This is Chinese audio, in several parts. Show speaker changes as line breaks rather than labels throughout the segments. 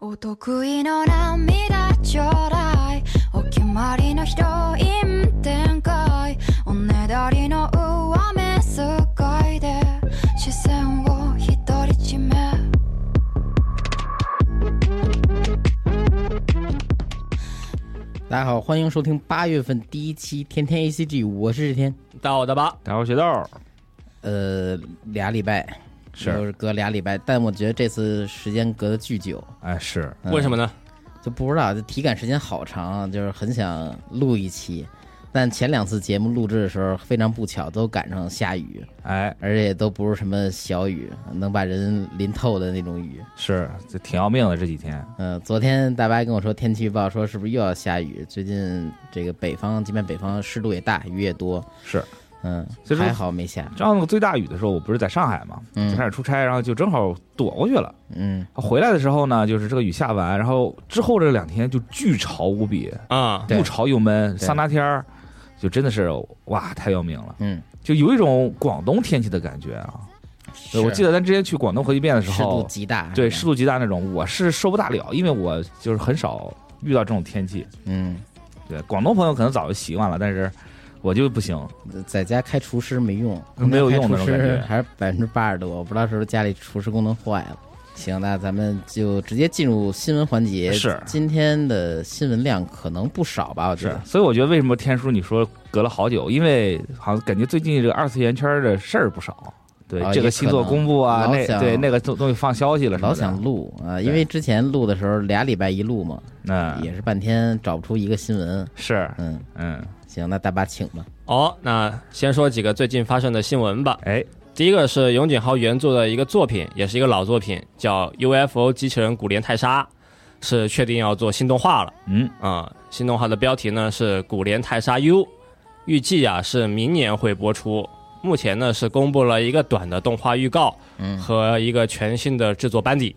お得意の涙ちょうだいお決まりのヒロイン展開おねだりの上目遣いで視線を独り占め
大家好，欢迎收听八月份第一期《天天 A C G》，我是日天。
到的吧？
大伙学豆儿
呃，俩礼拜
是
就是隔俩礼拜，但我觉得这次时间隔得巨久，
哎是，
嗯
为什么呢？
就不知道，就体感时间好长，啊就是很想录一期。但前两次节目录制的时候非常不巧，都赶上下雨，
哎
而且都不是什么小雨，能把人淋透的那种雨。
是，这挺要命的这几天。
嗯、昨天大白跟我说天气预报说是不是又要下雨？最近这个北方，即便北方湿度也大，雨也多，
是，
嗯，
所以说
还好没下。
知道那个最大雨的时候，我不是在上海嘛，
嗯
就开始出差，然后就正好躲过去了。
嗯，
回来的时候呢，就是这个雨下完，然后之后这两天就巨潮无比，
啊，
对
又潮又闷，
对
桑拿天儿，就真的是哇，太要命了，
嗯，
就有一种广东天气的感觉啊。对我记得咱之前去广东核聚变的时
湿度
候，
极大，
对湿
是吧
度极大那种，我是受不大了，因为我就是很少遇到这种天气。
嗯，
对，广东朋友可能早就习惯了，但是我就不行。
在家开除湿没用，
没有用的那种
空调开
感
除湿
觉
还是百分之八十多，我不知道是不是家里除湿功能坏了。行，那咱们就直接进入新闻环节。
是
今天的新闻量可能不少吧？我觉
是
得，，
所以我觉得为什么天叔你说隔了好久，因为好像感觉最近这个二次元圈的事儿不少。对
啊，
这
也
个星
可
座
能
公布啊，
老
那
想
对那个东东西放消息了什么
老
的，
想录啊、
对啊
因为之前录的时候俩礼拜一录嘛，
那
也是半天找不出一个新闻。
嗯是
嗯，
嗯，
行，那大巴请吧。
哦，那先说几个最近发生的新闻吧。
哎，
第一个是永井豪原作的一个作品，也是一个老作品，叫《UFO 机器人古莲泰莎》，是确定要做新动画了。
嗯，
啊、新动画的标题呢是《古莲泰莎 U》，预计啊是明年会播出。目前呢是公布了一个短的动画预告
嗯，
和一个全新的制作班底。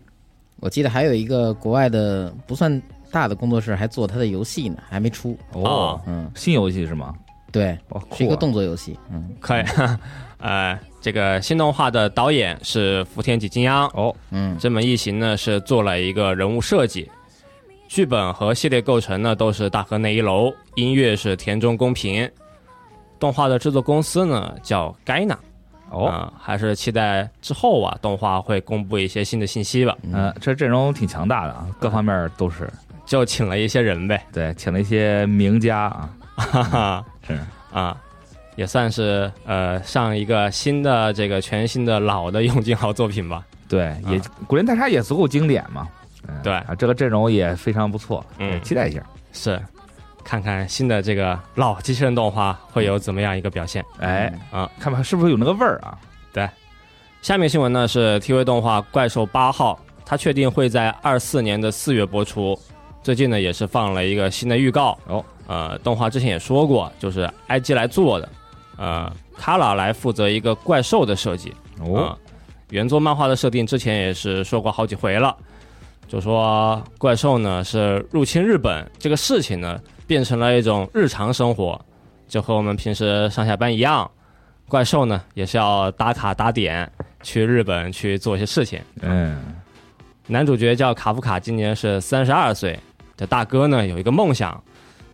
我记得还有一个国外的不算大的工作室还做他的游戏呢，还没出。
啊
哦，
嗯，
新游戏是吗？
对，
哦，
是一
酷
个
啊，
动作游戏。嗯
可以， 呃，这个新动画的导演是福田几金央，
哦，
嗯，
这门一行呢是做了一个人物设计，剧本和系列构成呢都是大河内一楼，音乐是田中公平，动画的制作公司呢叫 Gaina，
哦，
啊还是期待之后啊动画会公布一些新的信息吧，
嗯，这阵容挺强大的啊，各方面都是
就请了一些人呗，
对，请了一些名家啊，
哈 哈
是
啊。也算是呃上一个新的这个全新的老的永井豪作品吧，
对，也古人大厦也足够经典嘛，嗯
啊对
啊，这个阵容也非常不错，
嗯
期待一下。
是，看看新的这个老机器人动画会有怎么样一个表现。
哎
嗯
啊，
看吧，是不是有那个味儿啊？
下面新闻呢是 TV 动画《怪兽八号》，它确定会在二四年的四月播出。最近呢也是放了一个新的预告
哦，
呃，动画之前也说过，就是 IG 来做的，呃，卡拉来负责一个怪兽的设计。
哦，
嗯原作漫画的设定之前也是说过好几回了，就说怪兽呢是入侵日本这个事情呢，变成了一种日常生活，就和我们平时上下班一样，怪兽呢也是要打卡打点去日本去做一些事情。
嗯，
男主角叫卡夫卡，今年是三十二岁。这大哥呢有一个梦想，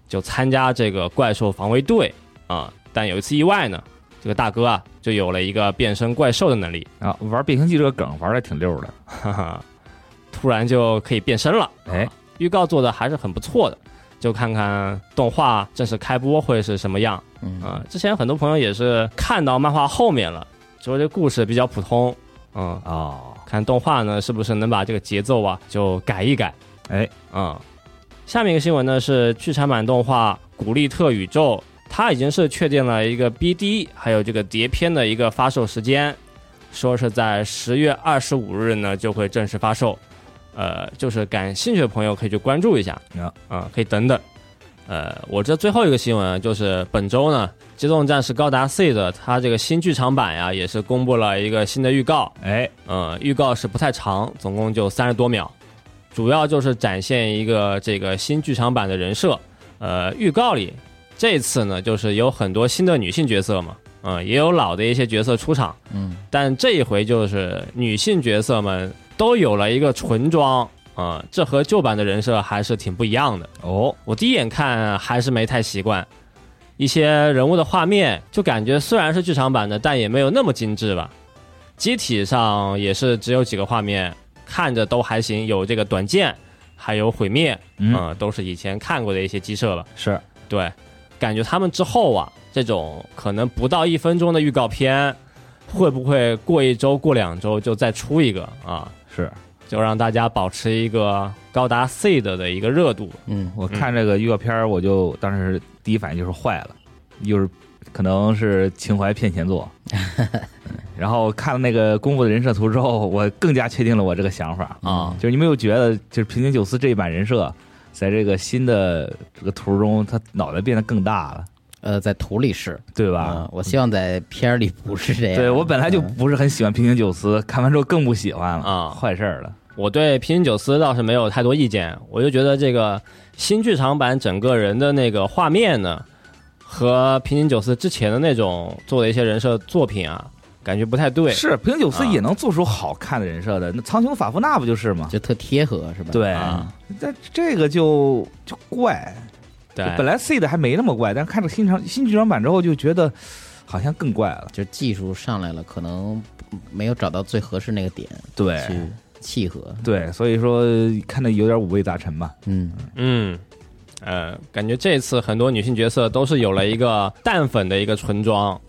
就参加这个怪兽防卫队啊、但有一次意外呢，这个大哥啊就有了一个变身怪兽的能力。
啊，玩变形记这个梗玩的挺溜的，
哈哈， 突然就可以变身了。
哎
啊，预告做的还是很不错的，就看看动画正式开播会是什么样
呃
嗯
啊、之前很多朋友也是看到漫画后面了，说这故事比较普通，嗯，
哦，
看动画呢是不是能把这个节奏啊就改一改。
哎，
嗯，下面一个新闻呢是剧场版动画《古力特宇宙》，它已经是确定了一个 BD 还有这个碟片的一个发售时间，说是在十月二十五日呢就会正式发售。呃，就是感兴趣的朋友可以去关注一下，
啊
啊、可以等等。呃，我这最后一个新闻啊就是本周呢，《机动战士高达 C》的它这个新剧场版呀，也是公布了一个新的预告，
哎，
呃，预告是不太长，总共就三十多秒，主要就是展现一个这个新剧场版的人设。呃，预告里这次呢，就是有很多新的女性角色嘛，嗯、也有老的一些角色出场，
嗯，
但这一回就是女性角色们都有了一个纯装，啊、这和旧版的人设还是挺不一样的。
哦，
我第一眼看还是没太习惯，一些人物的画面就感觉虽然是剧场版的，但也没有那么精致吧。机体上也是只有几个画面，看着都还行，有这个短剑，还有毁灭，
嗯
啊
呃都是以前看过的一些机设了。
是
对，感觉他们之后啊，这种可能不到一分钟的预告片，会不会过一周、过两周就再出一个
嗯
啊？
是，
就让大家保持一个高达 seed 的一个热度。
嗯，
我看这个预告片儿，我就当时第一反应就是坏了，又是可能是情怀骗 钱做。然后看了那个公布的人设图之后，我更加确定了我这个想法
啊
就是你没有觉得，就是平井久司这一版人设，在这个新的这个图中，他脑袋变得更大了，
呃，在图里是
对吧？嗯
啊，我希望在片儿里不是这样。
对我本来就
嗯
不是很喜欢平井久司，看完之后更不喜欢了
啊
坏事儿了。
我对平行九司倒是没有太多意见，我就觉得这个新剧场版整个人的那个画面呢，和平行九司之前的那种做的一些人设作品啊，感觉不太对。
是平井久司
啊
也能做出好看的人设的，那苍穹法夫纳不就是吗？
就特贴合是吧？
对
啊，
但这个就就怪，
对，
本来 C 的还没那么怪，但是看这新场新剧场版之后，就觉得好像更怪了。
就技术上来了，可能没有找到最合适那个点
对
去契合。
对，所以说看的有点五味杂陈吧。
嗯，
嗯，呃，感觉这次很多女性角色都是有了一个淡粉的一个唇妆，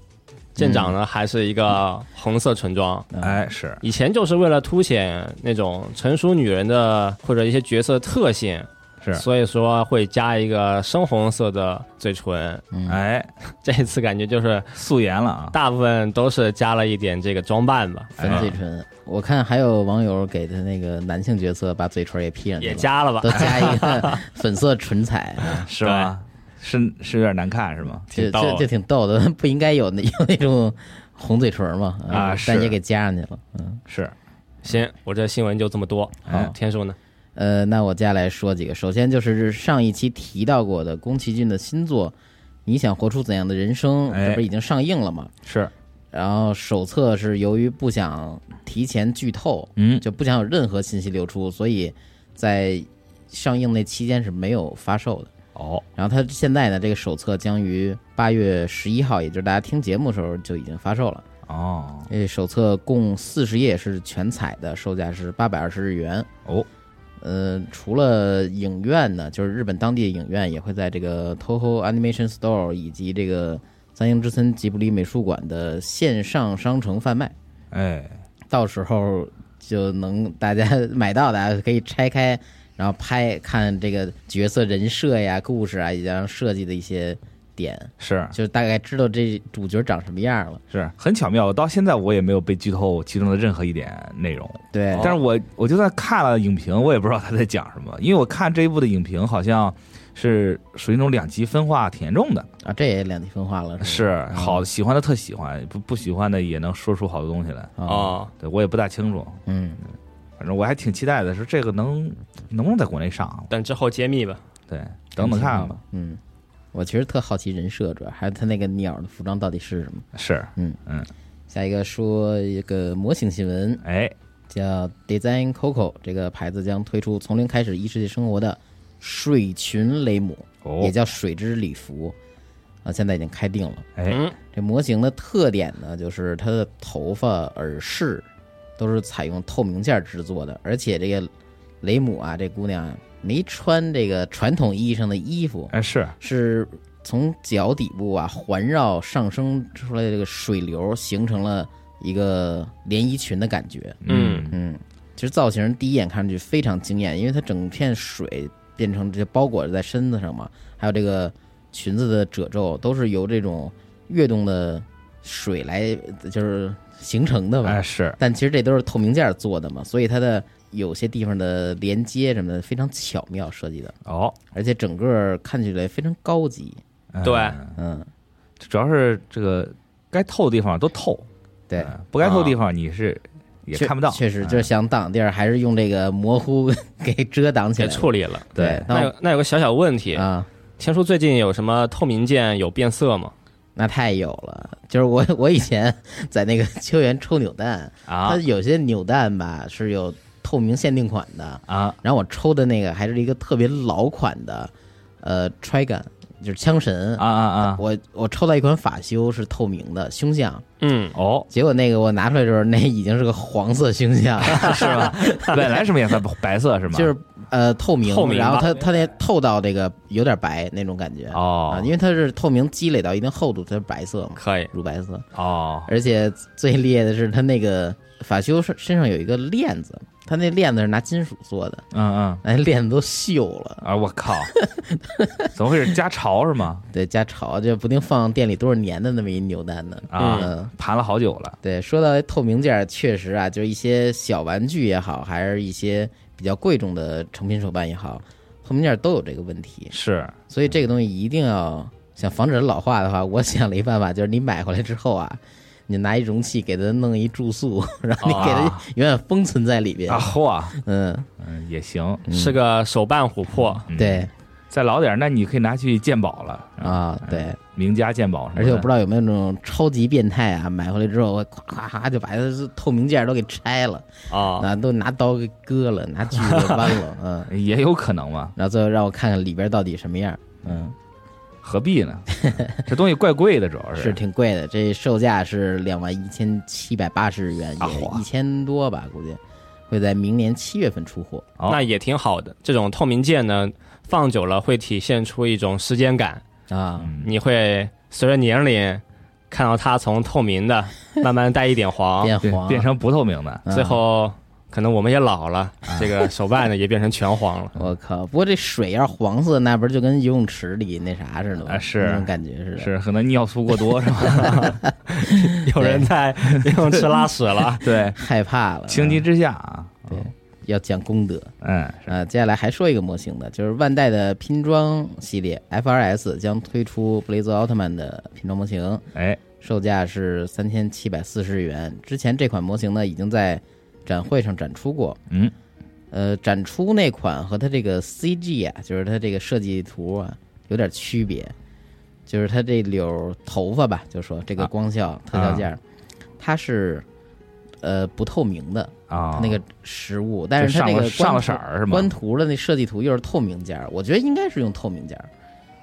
舰长呢还是一个红色唇妆。
嗯
哎，是
以前就是为了凸显那种成熟女人的或者一些角色特性，
是，
所以说会加一个深红色的嘴唇。
嗯，
哎，
这一次感觉就是
素颜了啊。
大部分都是加了一点这个装扮吧，
粉
哎
嘴唇，我看还有网友给他那个男性角色把嘴唇也 P 上去了，
也加了吧
都，加一 个粉色唇彩，
是吗？是是有点难看是吗？
就
挺逗
就就
的。
挺逗的，不应该有那有那种红嘴唇嘛
啊
嗯
是
但也给加上去了，嗯，
是，
行，我这新闻就这么多。
哎
好，天数呢？
呃，那我接下来说几个，首先就是上一期提到过的宫崎骏的新作《你想活出怎样的人生》，
哎
这不是已经上映了吗？
是，
然后手册是由于不想提前剧透，
嗯，
就不想有任何信息流出，所以在上映那期间是没有发售的。
哦，
然后它现在呢，这个手册将于八月十一号，也就是大家听节目的时候就已经发售了。
哦，
这手册共四十页，是全彩的，售价是八百二十日元。
哦，
呃，除了影院呢，就是日本当地的影院也会在这个 Toho Animation Store 以及这个三鹰之森吉卜力美术馆的线上商城贩卖。
哎，
到时候就能大家买到，大家可以拆开，然后拍看这个角色人设呀、故事啊，以及设计的一些点，
是
就是大概知道这主角长什么样了。
是很巧妙，到现在我也没有被剧透其中的任何一点内容。
对，
但是我我就算看了影评，我也不知道他在讲什么，因为我看这一部的影评好像是属于那种两极分化挺严重的，
啊，这也两极分化了，吧
是好喜欢的特喜欢，不不喜欢的也能说出好多东西来。
啊，
哦，
对我也不大清楚，
嗯，
反正我还挺期待的，是这个能能不能在国内上？啊
等之后揭秘吧。
对，等等看吧
吧。，嗯。我其实特好奇人设，主要还有他那个鸟的服装到底嗯是什么。
是，
下一个说一个模型新闻，
哎，
叫 Design Coco 这个牌子将推出从零开始异世界生活的水裙雷姆，
哦
也，叫水之礼服，啊，现在已经开定了。
哎，
嗯，
这模型的特点呢，就是它的头发、耳饰都是采用透明件儿制作的，而且这个雷姆啊，这姑娘啊没穿这个传统意义上的衣服，
哎是，
是从脚底部啊环绕上升出来的这个水流，形成了一个连衣裙的感觉。
嗯
嗯，其实造型第一眼看上去非常惊艳，因为它整片水变成这些包裹着在身子上嘛，还有这个裙子的褶皱都是由这种跃动的水来就是形成的吧。
哎是，
但其实这都是透明件做的嘛，所以它的有些地方的连接什么的非常巧妙设计的，
哦，
而且整个看起来非常高级。
嗯
对，
嗯，
主要是这个该透的地方都透，
对。
嗯，不该透的地方你是也
啊确
看不到，啊嗯
确实就是想挡地儿，还是用这个模糊 给遮挡起
给
来了。
处理了。
对，
那
但
有那有个小小问题，
啊，
天叔最近有什么透明件有变色吗？
那太有了，就是我 我以前在那个秋园抽扭蛋，
啊
它有些扭蛋吧是有透明限定款的，
啊，
然后我抽的那个还是一个特别老款的，呃，Trigun，就是枪神
啊。啊啊！
我我抽到一款法修是透明的胸像，
嗯，
哦，
结果那个我拿出来的时候，那已经是个黄色胸像，
是吧？本来什么颜色？白色是吗？
就是呃透明，
透明吧
然后它它那透到这个有点白那种感觉、
哦嗯
啊，因为它是透明积累到一定厚度，它是白色嘛，
可以，
乳白色。
哦
而且最厉害的是，它那个法修身身上有一个链子，它那链子是拿金属做的，
嗯嗯
那链子都锈了。
啊！我靠，怎么回事？加潮是吗？
对，加潮就不定放店里多少年的那么一扭蛋呢。
啊
嗯，
盘了好久了
对，说到透明件儿，确实啊，就是一些小玩具也好，还是一些比较贵重的成品手办也好，透明件儿都有这个问题。
是
所以这个东西一定要想防止它老化的话，我想了一办法，就是你买回来之后啊，你拿一容器给它弄一注塑， 然后你给它
啊
永远封存在里边。
啊，嚯，
嗯，
嗯，也行。
是个手办琥珀，
嗯
对
再老点儿，那你可以拿去鉴宝了
啊，对。
名家鉴宝什么的。
而且我不知
道
道有没有那种超级变态啊，买回来之后我咵咵咵就把它这透明件儿都给拆了
啊，
啊，都拿刀给割了，拿锯子弯了，嗯，
也有可能嘛，
然后最后让我看看里边到底什么样儿，嗯，
何必呢？ 这东西怪贵的，主要
是挺贵的，这售价是两万一千七百八十日元，
啊
也
嚯
一千多吧，估计会在明年七月份出货。
哦
那也挺好的。这种透明件呢，放久了会体现出一种时间感，
啊，
嗯
你会随着年龄看到它从透明的慢慢带一点黄，
变
对
黄，
啊
啊
变成不透明的。
嗯
最后可能我们也老了，这个手办呢也变成全 黄了。
我靠！不过这水要是黄色，那不是就跟游泳池里那啥似的吗？
啊是
那种感觉似的。
是可能尿素过多 是吧？，
有人在 游泳池拉屎了
对，
害怕了。
情急之下啊，
嗯对，要讲功德。
嗯，
啊，接下来还说一个模型的，就是万代的拼装系列 FRS 将推出布雷泽奥特曼的拼装模型，
哎，
售价是三千七百四十元。之前这款模型呢已经在展会上展出过，
嗯，
呃，展出那款和它这个 CG 啊，就是它这个设计图啊有点区别，就是它这绺头发吧，就说这个
啊
光效、特效件儿，它是呃不透明的，
啊
它，那个实物，但是它
上
这个
了上了
官
色儿是吗？
官图的那设计图又是透明件儿，我觉得应该是用透明件儿，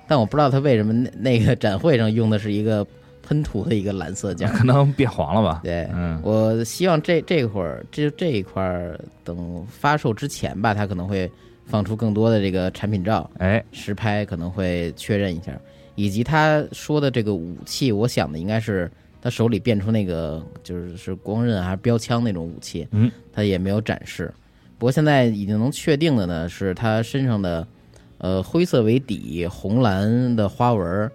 但我不知道他为什么那那个展会上用的是一个喷涂的一个蓝色件儿。
可能变黄了吧？
对，
嗯
我希望这这会儿这这一块儿等发售之前吧，他可能会放出更多的这个产品照
哎，
实拍，可能会确认一下，以及他说的这个武器，我想的应该是。他手里变出那个就是是光刃还是标枪那种武器，
嗯，
他也没有展示。不过现在已经能确定的呢，是他身上的，呃，灰色为底、红蓝的花纹儿，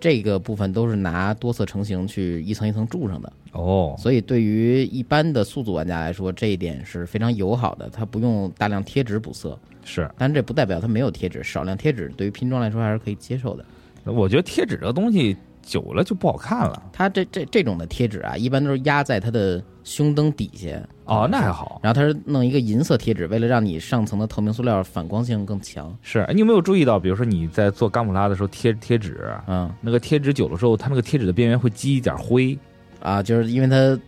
这个部分都是拿多色成型去一层一层铸上的。
哦，
所以对于一般的速组玩家来说，这一点是非常友好的，它不用大量贴纸补色。
是，
但是这不代表它没有贴纸，少量贴纸对于拼装来说还是可以接受的。
我觉得贴纸这个东西久了就不好看了。
它这这这种的贴纸啊，一般都是压在它的胸灯底下，
哦，那还好。
然后它是弄一个银色贴纸，为了让你上层的透明塑料反光性更强。
是哎你有没有注意到，比如说你在做钢普拉的时候贴贴纸，
嗯
那个贴纸久了之后，它那个贴纸的边缘会积一点灰，
啊，就是因为它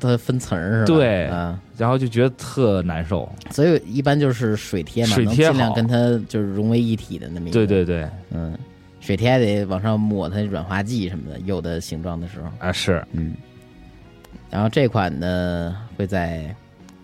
它分层儿是吧？
对
啊，
然后就觉得特难受。
所以一般就是水贴嘛，
水贴
能尽量
好
跟它就是融为一体的那么一个。
对对对，
嗯，水贴还得往上抹它软化剂什么的，有的形状的时候，
啊是，
嗯。然后这款呢会在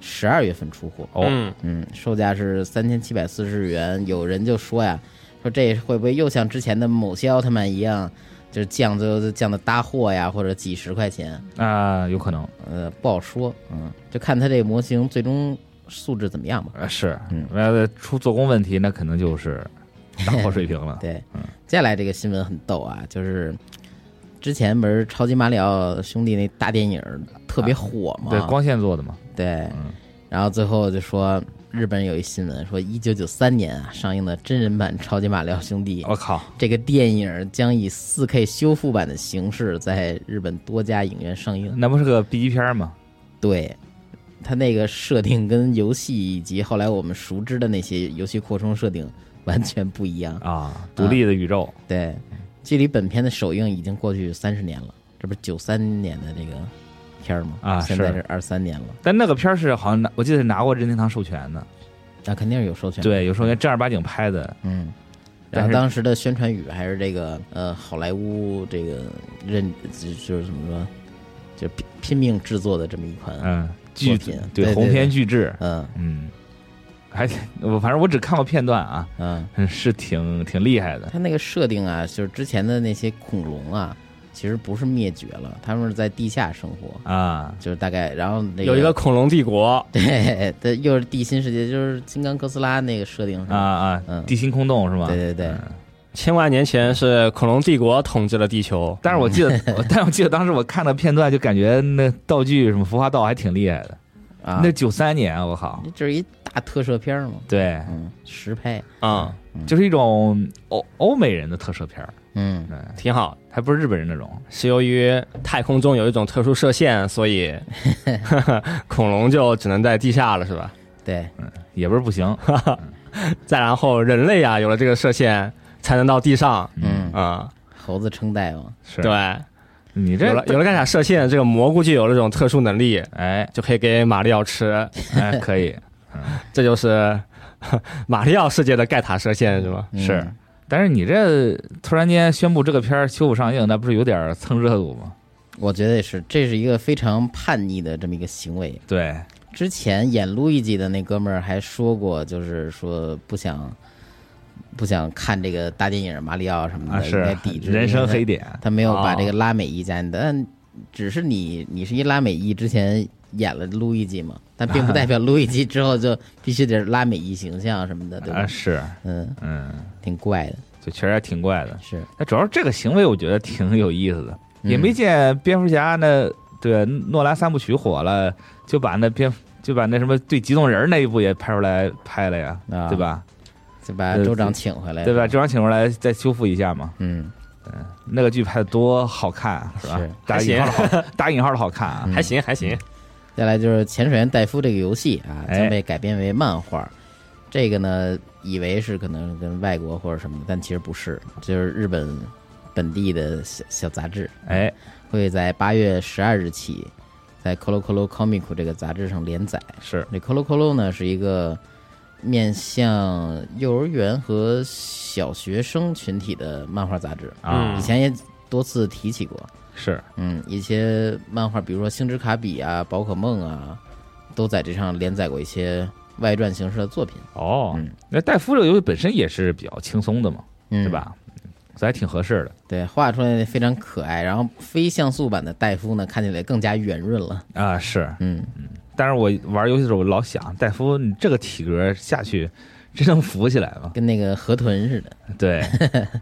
十二月份出货，
哦，
嗯，
嗯，售价是三千七百四十元。有人就说呀，说这会不会又像之前的某些奥特曼一样，就是降最后就降的搭货呀，或者几十块钱？
啊、有可能，
呃，不好说，嗯，就看它这个模型最终素质怎么样吧。
啊是，
嗯。
呃，出做工问题，那可能 就是打破水平了
对，接下来这个新闻很逗啊，就是之前不是超级马里奥兄弟那大电影特别火嘛、
对，光线做的嘛，
对
嗯，
然后最后就说日本有一新闻说，一九九三年啊上映的真人版《超级马里奥兄弟》
我靠，
这个电影将以 4K 修复版的形式在日本多家影院上映。
那不是个 B 级片儿吗？
对，它那个设定跟游戏以及后来我们熟知的那些游戏扩充设定完全不一样。
啊，独立的宇宙，
对，距离本片的首映已经过去三十年了，这不是九三年的这个片儿嘛，
啊
现在
是
是二三年了，
但那个片儿是好像拿，我记得是拿过任天堂授权的，
那肯定是有授权。，
对，有时候正儿八经拍的，
嗯。
但
然
是
后当时的宣传语还是这个呃好莱坞这个认就就是怎么说，就拼拼命制作的这么一款，
嗯，
作
巨
品对对
对鸿篇巨制，
嗯
嗯，还挺我反正我只看过片段啊，
嗯，
是挺挺厉害的，
它那个设定啊，就是之前的那些恐龙啊，其实不是灭绝了，他们是在地下生活，
啊，
就是大概然后那
有一个恐龙帝国，
对，对，又是地心世界，就是金刚哥斯拉那个设定是
啊
吧？
啊
嗯！
地心空洞是吗？
对对对
嗯
千万年前是恐龙帝国统治了地球，
但是我记得，
嗯
我但是我记得当时我看的片段，就感觉那道具什么服化道还挺厉害的。
啊，
那九三年，我靠，
那就是一大特摄片嘛，
对，
嗯，实拍，
嗯，
就是一种欧欧美人的特摄片儿，
嗯
对，
挺好。
还不是日本人那种。
是由于太空中有一种特殊射线，所以 恐龙就只能在地下了，是吧？
对，
也不是不 行，
再然后人类啊，有了这个射线，才能到地上。
嗯，
啊、
猴子称大王，
是
对，
你这
有了有了盖卡射线，这个蘑菇就有了这种特殊能力，
哎
就可以给马里奥吃。
哎可以，
这就是 马里奥世界的盖塔射线，是吗？
嗯
是但是你这突然间宣布这个片儿修复上映，那不是有点蹭热度吗？
我觉得也是，这是一个非常叛逆的这么一个行为。
对，
之前演路易吉的那哥们儿还说过，就是说不想不想看这个大电影马里奥什么
啊
的，应该
是
抵制
人生
因为
黑啊点，
他他没有把
哦
这个拉美裔加进来，但只是你你是一拉美裔之前演了路易吉嘛，但并不代表路易吉之后就必须得是拉美裔形象什么的，对吧
啊？是，
嗯，
嗯，
挺怪的，
就确实还挺怪的。
是
那主要是这个行为，我觉得挺有意思的，
嗯
也没见蝙蝠侠那对诺兰三部曲火了，就把那蝙就把那什么对激动人儿那一部也拍出来拍了呀，
啊
对吧？
就把
呃
州长请回来，
对吧？？这帮请出来再修复一下嘛，
嗯，
那个剧拍的多好看啊，是吧
是？
打引号的好，打引号的好看啊，
还行，还行。
再来就是《潜水员戴夫》这个游戏啊，
哎
将被改编为漫画。这个呢，以为是可能跟外国或者什么的，但其实不是，就是日本本地的小小杂志。
哎，
会在八月十二日起，在《Colo Colo Comic》这个杂志上连载。
是
这 Colo Colo 呢是一个面向幼儿园和小学生群体的漫画杂志，
啊
以前也多次提起过。
是，
嗯，一些漫画，比如说《星之卡比》啊、《宝可梦》啊，都在这上连载过一些外传形式的作品，
哦
嗯，
那戴夫这个游戏本身也是比较轻松的嘛，
嗯，
是？吧？所以还挺合适的
对，画出来非常可爱，然后非像素版的戴夫呢，看起来更加圆润了。
啊，是。
嗯，
但是我玩游戏的时候，我老想戴夫，你这个体格下去，真能浮起来吗？
跟那个河豚似的。
对，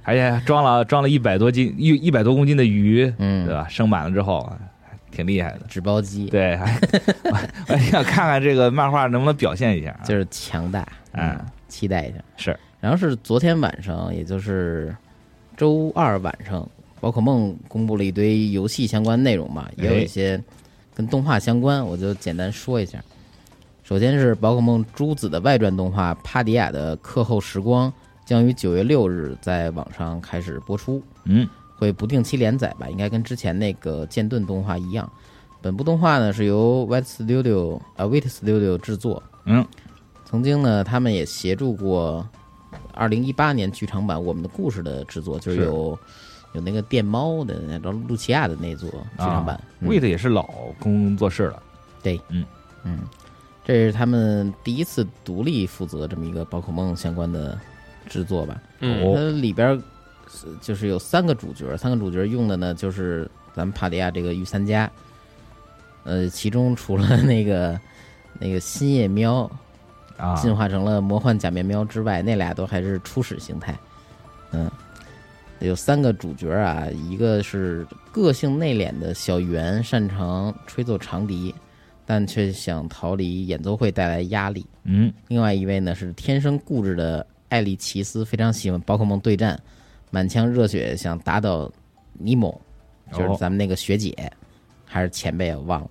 而且装了装了一百多斤一一百多公斤的鱼，对
嗯，
吧？升满了之后，还挺厉害的。
纸包鸡
对， 还我我想看看这个漫画能不能表现一下啊。
就是强大，
嗯，
期待一下。
是，
然后是昨天晚上，也就是周二晚上，宝可梦公布了一堆游戏相关内容嘛，也有
哎
一些跟动画相关，我就简单说一下。首先是宝可梦朱子的外传动画《帕迪亚的课后时光》将于九月六日在网上开始播出，
嗯，
会不定期连载吧，应该跟之前那个剑盾动画一样。本部动画呢是由 White Studio 呃 Wit Studio 制作，
嗯，
曾经呢他们也协助过二零一八年剧场版《我们的故事》的制作，就是
是
有有那个电猫的，然后露琪亚的那座剧场版
啊，
嗯
Wait 也是老工作室了，
对，
嗯
嗯，这是他们第一次独立负责这么一个宝可梦相关的制作吧。
嗯
哦
它里边儿呃就是有三个主角，三个主角用的呢就是咱们帕迪亚这个御三家，呃，其中除了那个那个新叶喵
啊，
进化成了魔幻假面喵之外，那俩都还是初始形态，嗯。有三个主角啊，一个是个性内敛的小圆，擅长吹奏长笛，但却想逃离演奏会带来压力。
嗯，
另外一位呢是天生固执的艾利奇斯，非常喜欢宝可梦对战，满腔热血想打倒尼莫，就是
哦
咱们那个学姐、还是前辈啊，我忘了。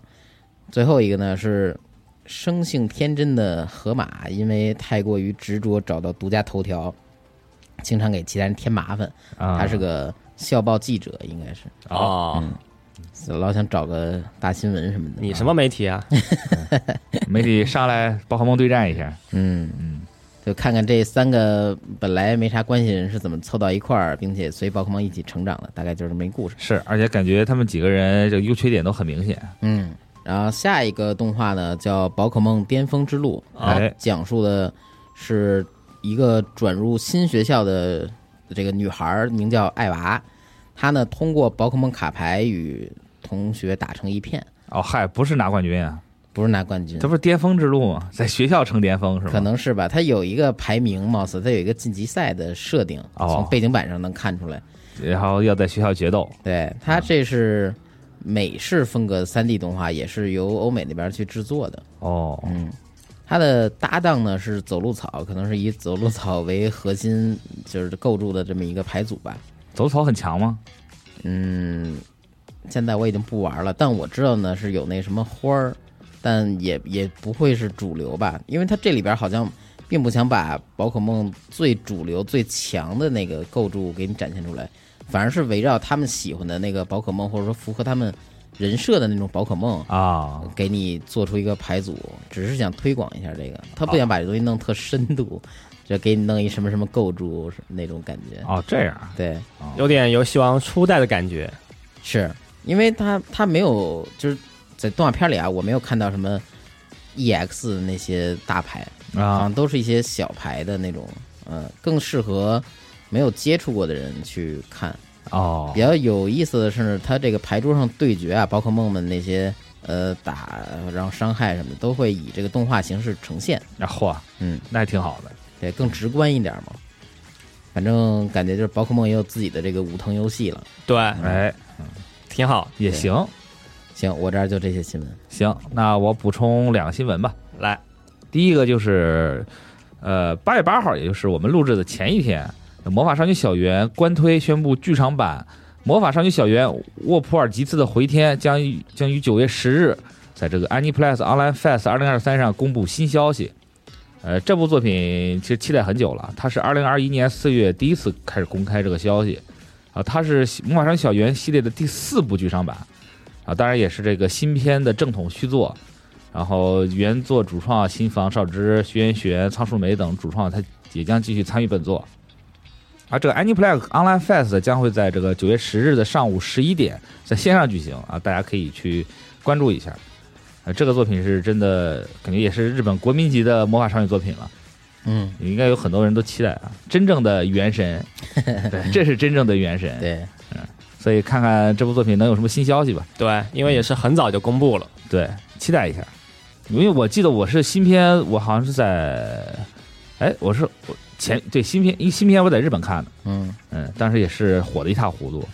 最后一个呢是生性天真的河马，因为太过于执着找到独家头条，经常给其他人添麻烦。
啊，
他是个校报记者，应该是。
嗯
哦，
老想找个大新闻什么的。
你什么媒体啊？
媒体上来宝可梦对战一下，
嗯，
嗯，
就看看这三个本来没啥关系的人是怎么凑到一块儿，并且随宝可梦一起成长的，大概就是这么一故事。
是，而且感觉他们几个人这个优缺点都很明显，
嗯，然后下一个动画呢叫《宝可梦巅峰之路》，
哎
它讲述的是一个转入新学校的这个女孩儿，名叫艾娃，她呢通过宝可梦卡牌与同学打成一片，
哦嗨，不是拿冠军啊，
不是拿冠军
这。不是巅峰之路吗？在学校成巅峰是
嗯
吗？
可能是吧，它有一个排名，貌似它有一个晋级赛的设定，
哦
从背景板上能看出来。
然后要在学校决斗，
对，它这是美式风格的 3D 动画，也是由欧美那边去制作的。
哦，
嗯，它的搭档呢是走路草，可能是以走路草为核心，就是构筑的这么一个牌组吧。
走草很强吗？
嗯，现在我已经不玩了，但我知道呢是有那什么花儿，但也也不会是主流吧，因为它这里边好像并不想把宝可梦最主流、最强的那个构筑给你展现出来，反而是围绕他们喜欢的那个宝可梦，或者说符合他们人设的那种宝可梦。
啊，
给你做出一个牌组，只是想推广一下这个，他不想把这东西弄特深度，就给你弄一什么什么构筑那种感觉。
哦，这样，
对，
有点游戏王初代的感觉。
是因为他他没有就是在动画片里啊，我没有看到什么 EX 的那些大牌，好
啊
像都是一些小牌的那种，嗯，更适合没有接触过的人去看。
哦
比，较有意思的是，他这个牌桌上对决啊，宝可梦们那些呃打然后伤害什么的，都会以这个动画形式呈现。
啊嚯，
嗯，
那还挺好的，
对，更直观一点嘛。反正感觉就是宝可梦也有自己的这个武藤游戏了。
对，
哎，
挺好。
也行
行，我这儿就这些新闻。
行，那我补充两个新闻吧。
来，
第一个就是，呃，八月八号，也就是我们录制的前一天，《魔法少女小圆》官推宣布剧场版《魔法少女小圆：沃普尔吉次的回天》将于将于九月十日在这个 AnyPlus Online Fest 二零二三上公布新消息。呃，这部作品其实期待很久了，它是二零二一年四月第一次开始公开这个消息，啊，它是《魔法少女小圆》系列的第四部剧场版，啊，当然也是这个新片的正统续作。然后原作主创新房少之、徐元玄、仓树梅等主创，他也将继续参与本作。啊，这个 AnyPlex Online Fest 将会在这个九月十日的上午十一点在线上举行啊，大家可以去关注一下。呃，这个作品是真的，感觉也是日本国民级的魔法少女作品了，
嗯，
应该有很多人都期待啊，真正的原神，对，这是真正的原神，
对，
所以看看这部作品能有什么新消息吧。
对，因为也是很早就公布了。
对，期待一下，因为我记得我是新片，我好像是在，哎，我是我前对新片，一新片我在日本看的，
嗯，
嗯，当时也是火的一塌糊涂，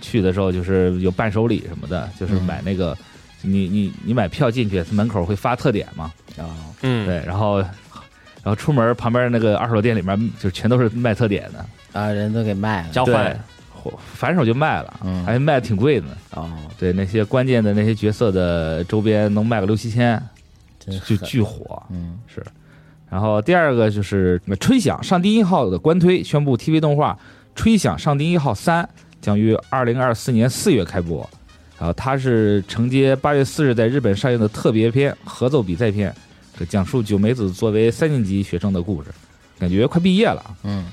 去的时候就是有伴手礼什么的，就是
嗯
买那个，你你你买票进去，门口会发特点嘛，
哦，
嗯，
对，然后然后出门旁边那个二手店里面就全都是卖特点的，
啊，人都给卖了。
交
对
换。，
火反手就卖了，
嗯
还卖的挺贵的呢。
哦，
对那些关键的那些角色的周边能卖个六七千，
真
就
狠。
巨火。
嗯
是。然后第二个就是《吹响上帝一号》的官推，宣布 TV 动画《吹响上帝一号三》将于二零二四年四月开播。然后它是承接八月四日在日本上映的特别篇合奏比赛片，这讲述九美子作为三年级学生的故事。感觉快毕业了，啊，
嗯，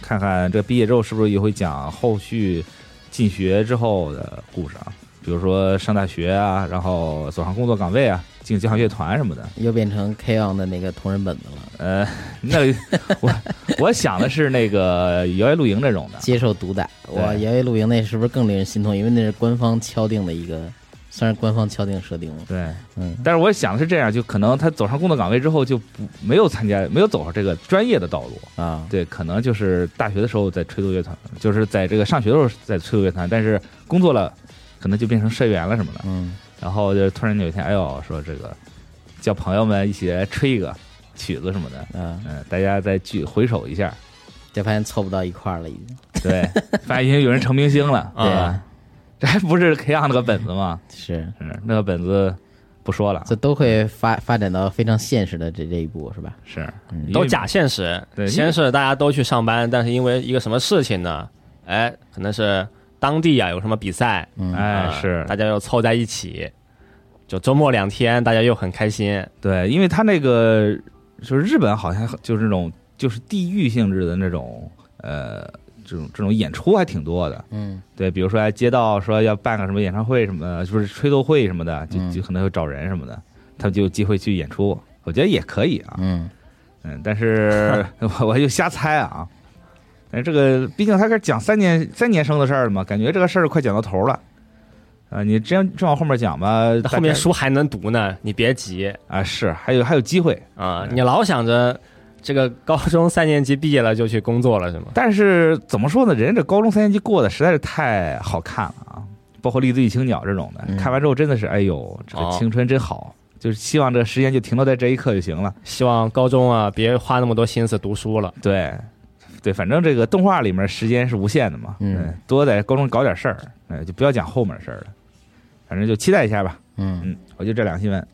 看看这毕业之后是不是也会讲后续进学之后的故事啊？比如说上大学啊，然后走上工作岗位啊，进交响乐团什么的。
又变成 K on 的那个同人本子了，
呃，那个我我想的是那个摇曳露营这种的，
接受毒打。
对
哇，摇曳露营那是不是更令人心痛？因为那是官方敲定的一个，算是官方敲定设定了。
对，
嗯
但是我想的是这样，就可能他走上工作岗位之后就不没有参加，没有走上这个专业的道路，
啊，
对，可能就是大学的时候在吹奏乐团，就是在这个上学的时候在吹奏乐团，但是工作了，可能就变成社员了什么的，
嗯，
然后就突然有一天，哎呦，说这个叫朋友们一起来吹一个曲子什么的，
啊，
嗯、大家再聚回首一下，
就发现凑不到一块儿了，已经。
对，发现已经有人成明星了，
对
啊。
啊，
这还不是 K 样那个本子吗？
是，
嗯，那个本子不说了，啊
这都会发发展到非常现实的这这一步，是吧？
是
嗯
都假现实
对。因为
先是大家都去上班，但是因为一个什么事情呢？哎，可能是当地啊有什么比赛，
嗯，
哎
啊
是
大家又凑在一起，就周末两天，大家又很开心。
对，因为他那个就是日本好像就是那种就是地域性质的那种呃这种这种演出还挺多的。
嗯
对，比如说街道说要办个什么演唱会什么的，就是吹奏会什么的，就
嗯
就可能会找人什么的，他们就有机会去演出。我觉得也可以啊，
嗯，
嗯，但 是我我就瞎猜啊。但是这个毕竟他这讲三年三年生的事儿了嘛，感觉这个事儿快讲到头了。啊、你真真往后面讲吧，
那后面
大家
书还能读呢，你别急
啊是还有还有机会，
啊！
嗯
你老想着这个高中三年级毕业了就去工作了是吗？
但是怎么说呢，人家这高中三年级过得实在是太好看了啊，包括《立子与青鸟》这种的，
嗯
看完之后真的是，哎呦，这个
哦
青春真好，就是希望这时间就停留在这一刻就行了。
希望高中啊别花那么多心思读书了。
对，对，反正这个动画里面时间是无限的嘛，
嗯，
多在高中搞点事儿，哎，就不要讲后面的事儿了，反正就期待一下吧。
嗯，
嗯，我就这两个新闻，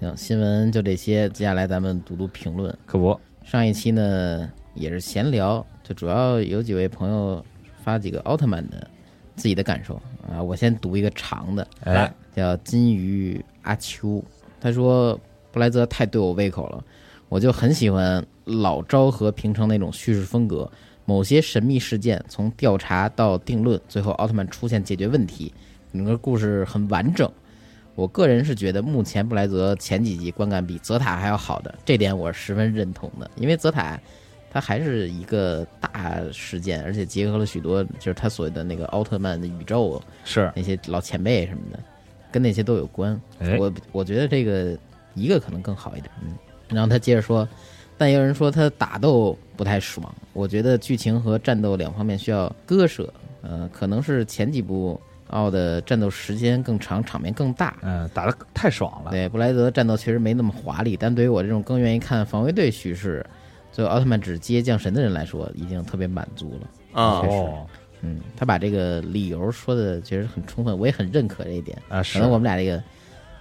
行，新闻就这些，接下来咱们读读评论。
可不，
上一期呢也是闲聊，就主要有几位朋友发几个奥特曼的自己的感受啊。我先读一个长的，
哎，
叫金鱼阿秋，他说布莱泽太对我胃口了，我就很喜欢老昭和平成那种叙事风格。某些神秘事件从调查到定论，最后奥特曼出现解决问题，整个故事很完整。我个人是觉得目前布莱泽前几集观感比泽塔还要好的，这点我是十分认同的。因为泽塔它还是一个大事件，而且结合了许多就是他所谓的那个奥特曼的宇宙
是，
那些老前辈什么的，跟那些都有关。
哎，
我我觉得这个一个可能更好一点。嗯，然后他接着说，但也有人说他打斗不太爽，我觉得剧情和战斗两方面需要割舍。呃，可能是前几部奥的战斗时间更长，场面更大。
嗯、打的太爽了，
对，布莱德战斗确实没那么华丽，但对于我这种更愿意看防卫队叙事，最后奥特曼只接降神的人来说，已经特别满足了。
啊、
确实
哦，
嗯，他把这个理由说的确实很充分，我也很认可这一点。
啊
可
是
能，我们俩这个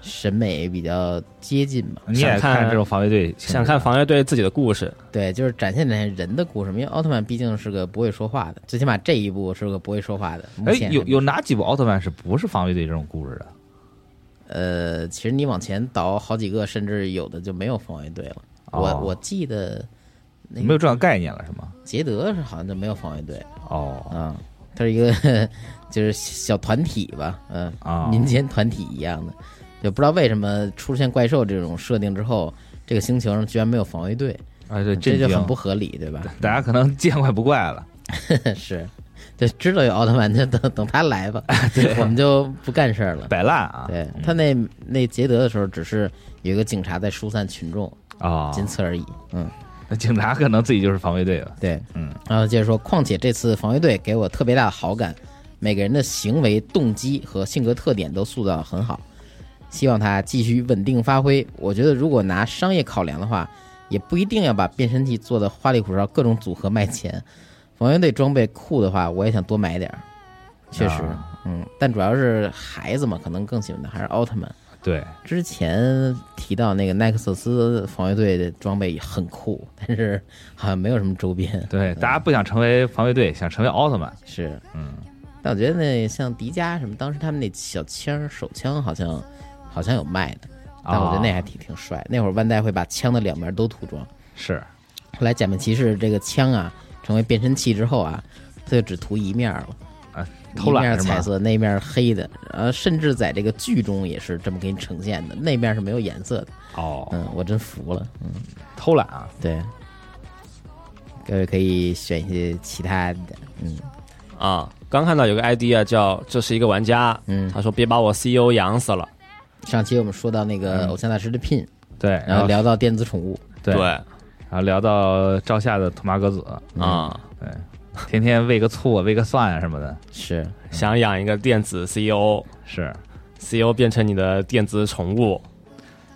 审美比较接近吧。
你也
想看
这种防卫队，
想看防卫队自己的故事，
对，就是展现展现人的故事，因为奥特曼毕竟是个不会说话的，最起码这一部是个不会说话的。目
哎，
前
有
还没
有哪几部奥特曼是不是防卫队这种故事的？
呃，其实你往前倒好几个，甚至有的就没有防卫队了。
哦
我我记得那
没
个
有这样概念了是吗？
捷德是好像就没有防卫队
哦
啊，它是一个 就是小团体吧，嗯、
啊，
民间团体一样的，就不知道为什么出现怪兽这种设定之后，这个星球上居然没有防卫队，
啊对，
这
震
就
惊
很不合理，对吧？
大家可能见怪不怪了。
是，就知道有奥特曼，就等等他来吧， 我们就不干事儿了。
摆烂啊！
对
嗯
他那那捷德的时候，只是有一个警察在疏散群众，
啊，
仅此而已。嗯，
那警察可能自己就是防卫队了。
对，
嗯，
然后接着说，况且这次防卫队给我特别大的好感，每个人的行为动机和性格特点都塑造得很好，希望他继续稳定发挥。我觉得如果拿商业考量的话，也不一定要把变身器做的花里胡哨，各种组合卖钱。防卫队装备酷的话，我也想多买点儿。确实，
啊
嗯，但主要是孩子嘛，可能更喜欢的还是奥特曼。
对，
之前提到那个奈克瑟斯防卫队的装备也很酷，但是好像没有什么周边。
对，大家不想成为防卫队，想成为奥特曼。
是，
嗯，
但我觉得那像迪迦什么，当时他们那小枪、手枪好像好像有卖的，但我觉得那
啊
还挺挺帅。那会儿万代会把枪的两边都涂装，
是
后来假面骑士这个枪啊成为变身器之后啊，他就只涂一面了，
啊偷
一
懒
面
是
彩
吗？
色，那一面黑的，呃，甚至在这个剧中也是这么给你呈现的，那面是没有颜色的。
哦，
嗯，我真服了。嗯，
偷懒啊！
对。各位可以选一些其他的，嗯
啊，刚看到有个 ID 啊，叫这是一个玩家，
嗯。
他说别把我 CEO 养死了。
上期我们说到那个
嗯
偶像大师的 pin，
对，
然
然
后
后
聊到电子宠物，
对，
啊、
然后聊到赵夏的托马格子，
啊
嗯天天喂个醋啊，喂个蒜啊什么的。
是
想养一个电子 E CEO，CEO
是，
E 变成你的电子宠物。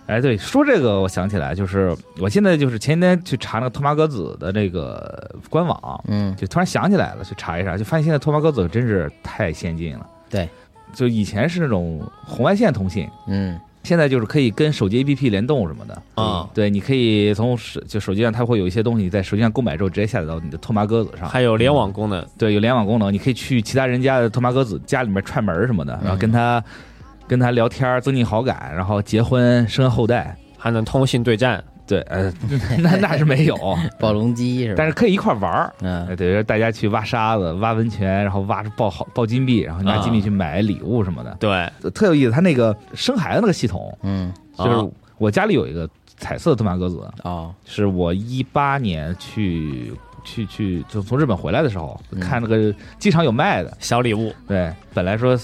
哎，对，说这个我想起来，就是我现在就是前天去查那个托马格子的这个官网，
嗯
就突然想起来了，去查一查，就发现现在托马格子真是太先进了。
对，
就以前是那种红外线通信，
嗯
现在就是可以跟手机 APP 联动什么的
啊
对，你可以从手就手机上，它会有一些东西在手机上购买之后直接下载到你的拓麻鸽子上。
还有联网功能，
对，有联网功能，你可以去其他人家的托马哥子家里面串门儿什么的，然后
嗯
跟他跟他聊天儿，增进好感，然后结婚生后代。
还能通信对战，
对，呃，那那是 没有，
暴龙机是吧？
但是可以一块儿玩儿。
嗯
呃对，大家去挖沙子、挖温泉，然后挖爆好爆金币，然后拿
啊
金币去买礼物什么的，
对，
特有意思。他那个生孩子那个系统，
嗯
就是
啊
我家里有一个彩色的托马鸽子，
哦
是我一八年去去去就从日本回来的时候，
嗯
看那个机场有卖的，
小礼物
对，本来说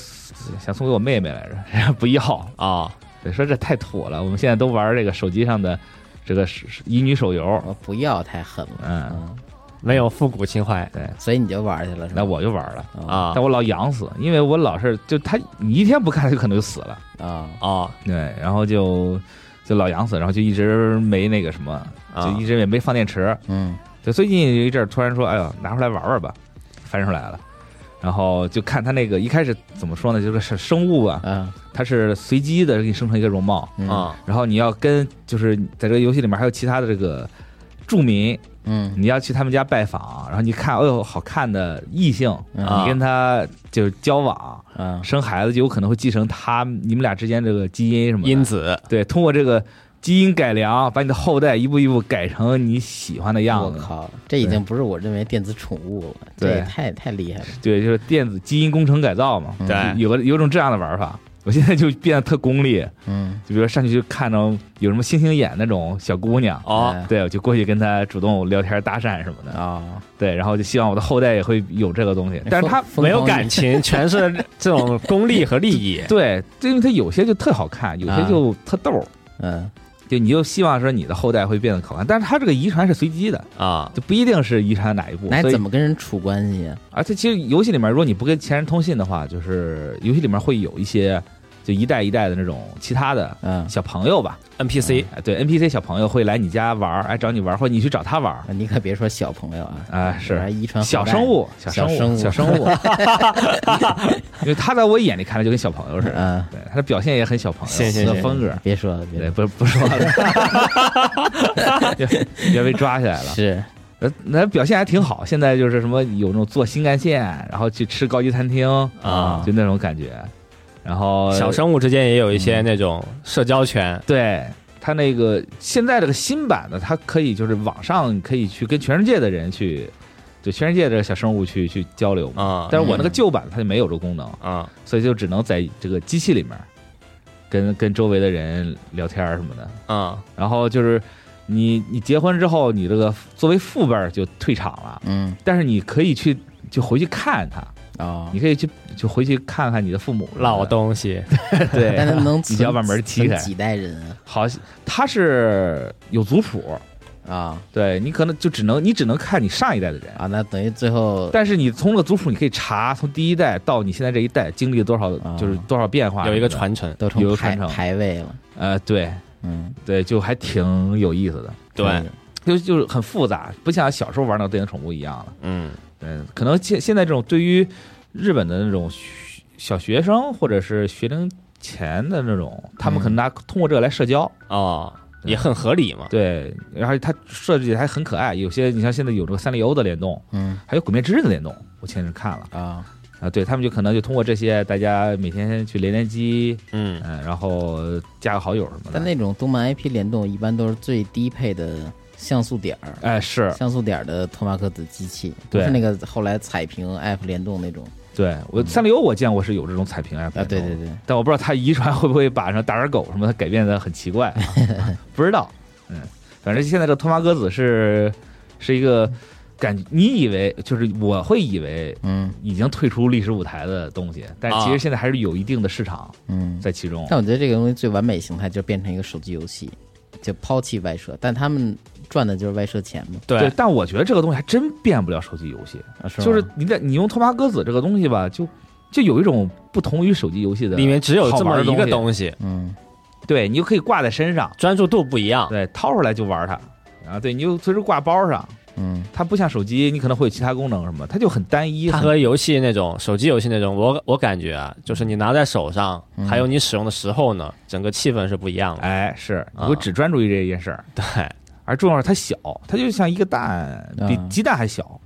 想送给我妹妹来着， 人家不要，
啊，
对，说这太土了，我们现在都玩这个手机上的这个是是乙女手游，
我不要太狠了，
嗯，
嗯，
没有复古情怀
所以你就玩去了是吧？
那我就玩了，
啊
啊
但我老养死，因为我老是就他，你一天不看他就可能就死了，
啊
啊
对，然后就就老养死，然后就一直没那个什么，就
啊
一直也没放电池，
嗯
就最近有一阵儿突然说，哎呦，拿出来玩玩吧，翻出来了。然后就看他那个一开始怎么说呢，就是是生物啊，
啊
它是随机的给你生成一个容貌，
嗯
啊
然后你要跟就是在这个游戏里面还有其他的这个住民，
嗯
你要去他们家拜访，然后你看，哎呦，好看的异性，
啊
你跟他就是交往，
啊
生孩子就有可能会继承他你们俩之间这个基因什么的
因，子
对，通过这个基因改良，把你的后代一步一步改成你喜欢的
我
样子，
靠，这已经不是我认为电子宠物了，这
对
也太太厉害了。
对，就是电子基因工程改造嘛，
嗯
哎
对
有个有种这样的玩法。我现在就变得特功利，
嗯，
就比如上去就看着有什么星星眼那种小姑娘，
嗯
哦，
对，我就过去跟她主动聊天搭讪什么的。
啊，
对，然后就希望我的后代也会有这个东
哎
西，但是他
疯
没有
疯狂
感情， 全是这种功利和利益
对，就因为他有些就特好看，有些
啊
就特逗儿，
嗯
就你就希望说你的后代会变得好看，但是他这个遗传是随机的，
啊
就不一定是遗传哪一部，
那
所以
怎么跟人处关系啊？
而且其实游戏里面，如果你不跟前人通信的话，就是游戏里面会有一些就一代一代的那种其他的
嗯，
小朋友吧，
，NPC
哎对 NPC 小朋友会来你家玩儿，哎找你玩儿，或者你去找他玩儿，
啊你可别说小朋友啊，
啊是
还遗传后
小
代
生，物，小
小
生
生物
物，小生 物，因为他在我眼里看来就跟小朋友似的，
嗯，
对，他的表现也很小朋友，
行行
的
行
风格。
别说了，别
对，
说
不不说了，也也被抓起来
了，
了。
是
那那表现还挺好，现在就是什么有那种坐新干线，然后去吃高级餐厅
啊
就那种感觉。然后
小生物之间也有一些那种社交圈
对他那个现在这个新版的，它可以就是网上可以去跟全世界的人去，就全世界的小生物去去交流嘛。
啊
但是我那个旧版它就没有这个功能，
啊
所以就只能在这个机器里面跟跟周围的人聊天儿什么的。
啊
然后就是你你结婚之后，你这个作为父辈儿就退场了，
嗯
但是你可以去就回去看他，
哦
你，可以去就回去看看你的父母
老，东西
对，
但是能
你就要
存
把门踢
存
开。
几代人
好，他是有族谱，
啊
对你可能就只能你只能看你上一代的人
啊，，那等于最后
但是你从这个族谱你可以查从第一代到你现在这一代经历了多少，
啊
就是多少变化，
有一个，传承，
都成
有
排
传承
排位了，
呃，对
嗯，
对，就还挺有意思的，
对，
就就是很复杂，不像小时候玩那个电子宠物一样了。
嗯
嗯，可能现现在这种对于日本的那种学小学生或者是学龄前的那种，他
嗯
们可能拿通过这个来社交，
哦，也很合理嘛，
对，然后它设计得还很可爱，有些你像现在有这个三丽鸥的联动，
嗯
还有鬼灭之刃的联动，我前阵看了
啊
啊，对他们就可能就通过这些，大家每天去连连机，
嗯
嗯，然后加个好友什么
但
的，
那种动漫 IP 联动一般都是最低配的像素点儿。
哎，是
像素点儿的托马克子机器，不
对
是那个后来彩屏 app 联动那种
对我三丽鸥我见过是有这种彩屏 app
啊，对对对，
但我不知道它遗传会不会把上大耳狗什么的改变的很奇怪、啊， 不知道。嗯，反正现在这托马鸽子是是一个感觉，你以为就是我会以为
嗯
已经退出历史舞台的东西，但其实现在还是有一定的市场
嗯。
在其中。
但我觉得这个东西最完美形态就变成一个手机游戏，就抛弃外设，但他们赚的就是外设钱嘛，
对
对，
但我觉得这个东西还真变不了手机游戏，
啊、是吗
就是你在你用托马鸽子这个东西吧，就就有一种不同于手机游戏的
里面只有这么一
好玩
个
的
东西，
嗯
对你就可以挂在身上，
专注度不一样
啊对，掏出来就玩它，然后对你就随时挂包上，
嗯
它不像手机，你可能会有其他功能什么，它就很单一。
它
很
和游戏那种手机游戏那种，我我感觉啊，就是你拿在手上，
嗯
还有你使用的时候呢，整个气氛是不一样的。
哎，是你
啊
会只专注于这一件事儿，
对，
而重要是它小，它就像一个蛋，
啊
比
嗯
鸡蛋还小，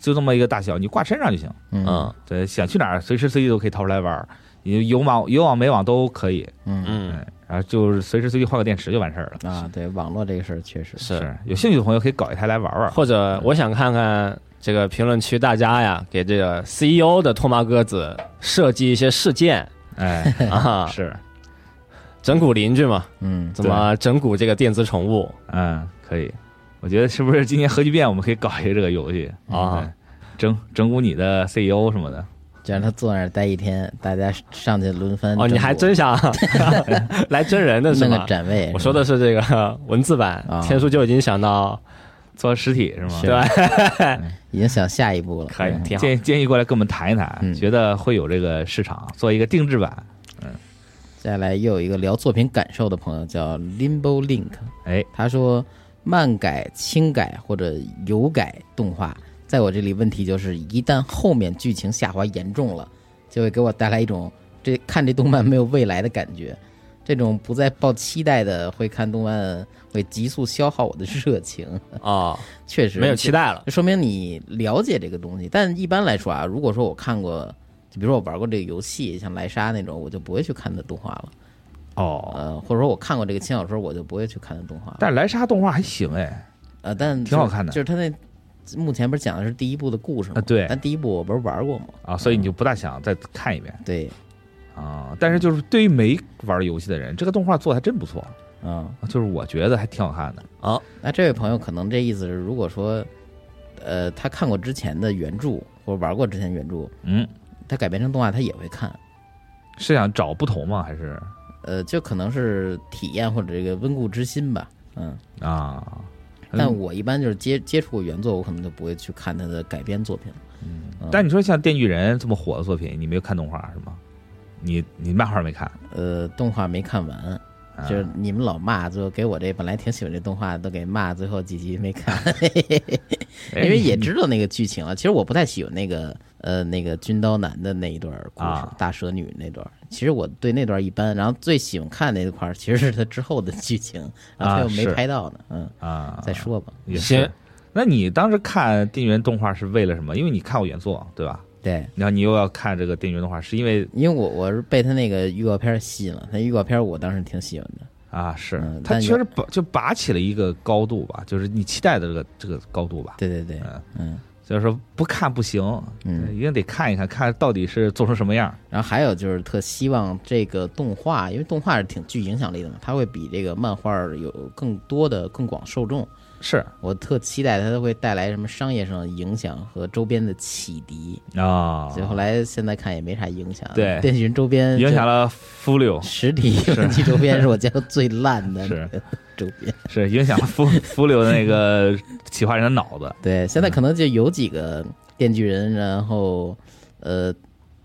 就这么一个大小，你挂身上就行。
嗯
嗯
对，想去哪儿随时随地都可以掏出来玩儿，你有网有网没网都可以。
嗯
嗯，
然后就是随时随地换个电池就完事儿了。
啊，对，网络这个事儿确实
是。
有兴趣的朋友可以搞一台来玩玩。
或者我想看看这个评论区大家呀，给这个 CEO 的拓麻鸽子设计一些 事件
哎，
啊，
是，
整蛊邻居嘛，
嗯
怎么整蛊这个电子宠物
嗯，可以。我觉得是不是今年核聚变我们可以搞一个这个游戏
啊？
嗯整整蛊你的 CEO 什么的，
就让他坐那儿待一天，大家上去轮番
哦，你
整
还
蛊
真想 来真人的是
弄个
吗？
展位？
我说的是这个文字版
啊，
天叔就已经想到，
做实体是吗？
是嗯
对吧？
已经想下一步了，
可以
嗯
挺好
建议建议过来跟我们谈一谈，
嗯
觉得会有这个市场，做一个定制版。
再来又有一个聊作品感受的朋友叫 Limbo Link，
哎，
他说漫改、轻改或者油改动画，在我这里问题就是，一旦后面剧情下滑严重了，就会给我带来一种这看这动漫没有未来的感觉。这种不再抱期待的会看动漫，会急速消耗我的热情。
哦，
确实
没有期
待。
待了。
就说明你了解这个东西。但一般来说啊，如果说我看过，就比如说我玩过这个游戏，像莱莎那种，我就不会去看它动画了。
哦，
呃，或者说我看过这个轻小说，我就不会去看它动画了。
但莱莎动画还行哎，
呃，但
挺好看的
就是它那目前不是讲的是第一部的故事吗？
啊对
但第一部我不是玩过吗？
啊，所以你就不大想再看一遍
对，
啊。但是就是对于没玩游戏的人，这个动画做的还真不错，
嗯，
就是我觉得还挺好看的。
哦
那这位朋友可能这意思是，如果说，呃，他看过之前的原著或者玩过之前原著，
嗯，
他改编成动画他也会看。
是想找不同吗？还是
呃，就可能是体验或者这个温故知新吧，嗯，
啊？
但我一般就是接接触过原作，我可能就不会去看他的改编作品了。嗯
但你说像《电锯人》这么火的作品，你没有看动画是吗？你你漫画没看？
呃，动画没看完，
啊
就是你们老骂，最后给我这本来挺喜欢这动画，都给骂，最后几集没 看，
哎
因为也知道那个剧情啊。其实我不太喜欢那个呃那个军刀男的那一段故事，
啊
大蛇女那段。其实我对那段一般，然后最喜欢看那一块儿其实是他之后的剧情，然后他
啊
又没
是
拍到呢。嗯，
啊，
再说吧。
也
行
是。那你当时看《电锯人》动画是为了什么？因为你看过原作对吧？
对，
然后你又要看这个《电锯人》动画，是因为
因为我我是被他那个预告片吸引了，他预告片我当时挺喜欢的。
啊，是
嗯
它
但
确
有
实拔就拔起了一个高度吧，就是你期待的这个这个高度吧。
对对对，
嗯
嗯。
所以说不看不行，
嗯
对一定得看一看，看到底是做成什么样。
然后还有就是特希望这个动画，因为动画是挺具影响力的嘛，它会比这个漫画儿有更多的更广受众。
是
我特期待它会带来什么商业上的影响和周边的启迪。
啊，
所以嗯后来现在看也没啥影响。
对
电视周边
影响了 f u l i o
这实体游戏周 边是我见过最烂的
是
周边。
是影响了 f u l i o 的 那个企划人的脑子。
对，现在可能就有几个电锯人，然后呃，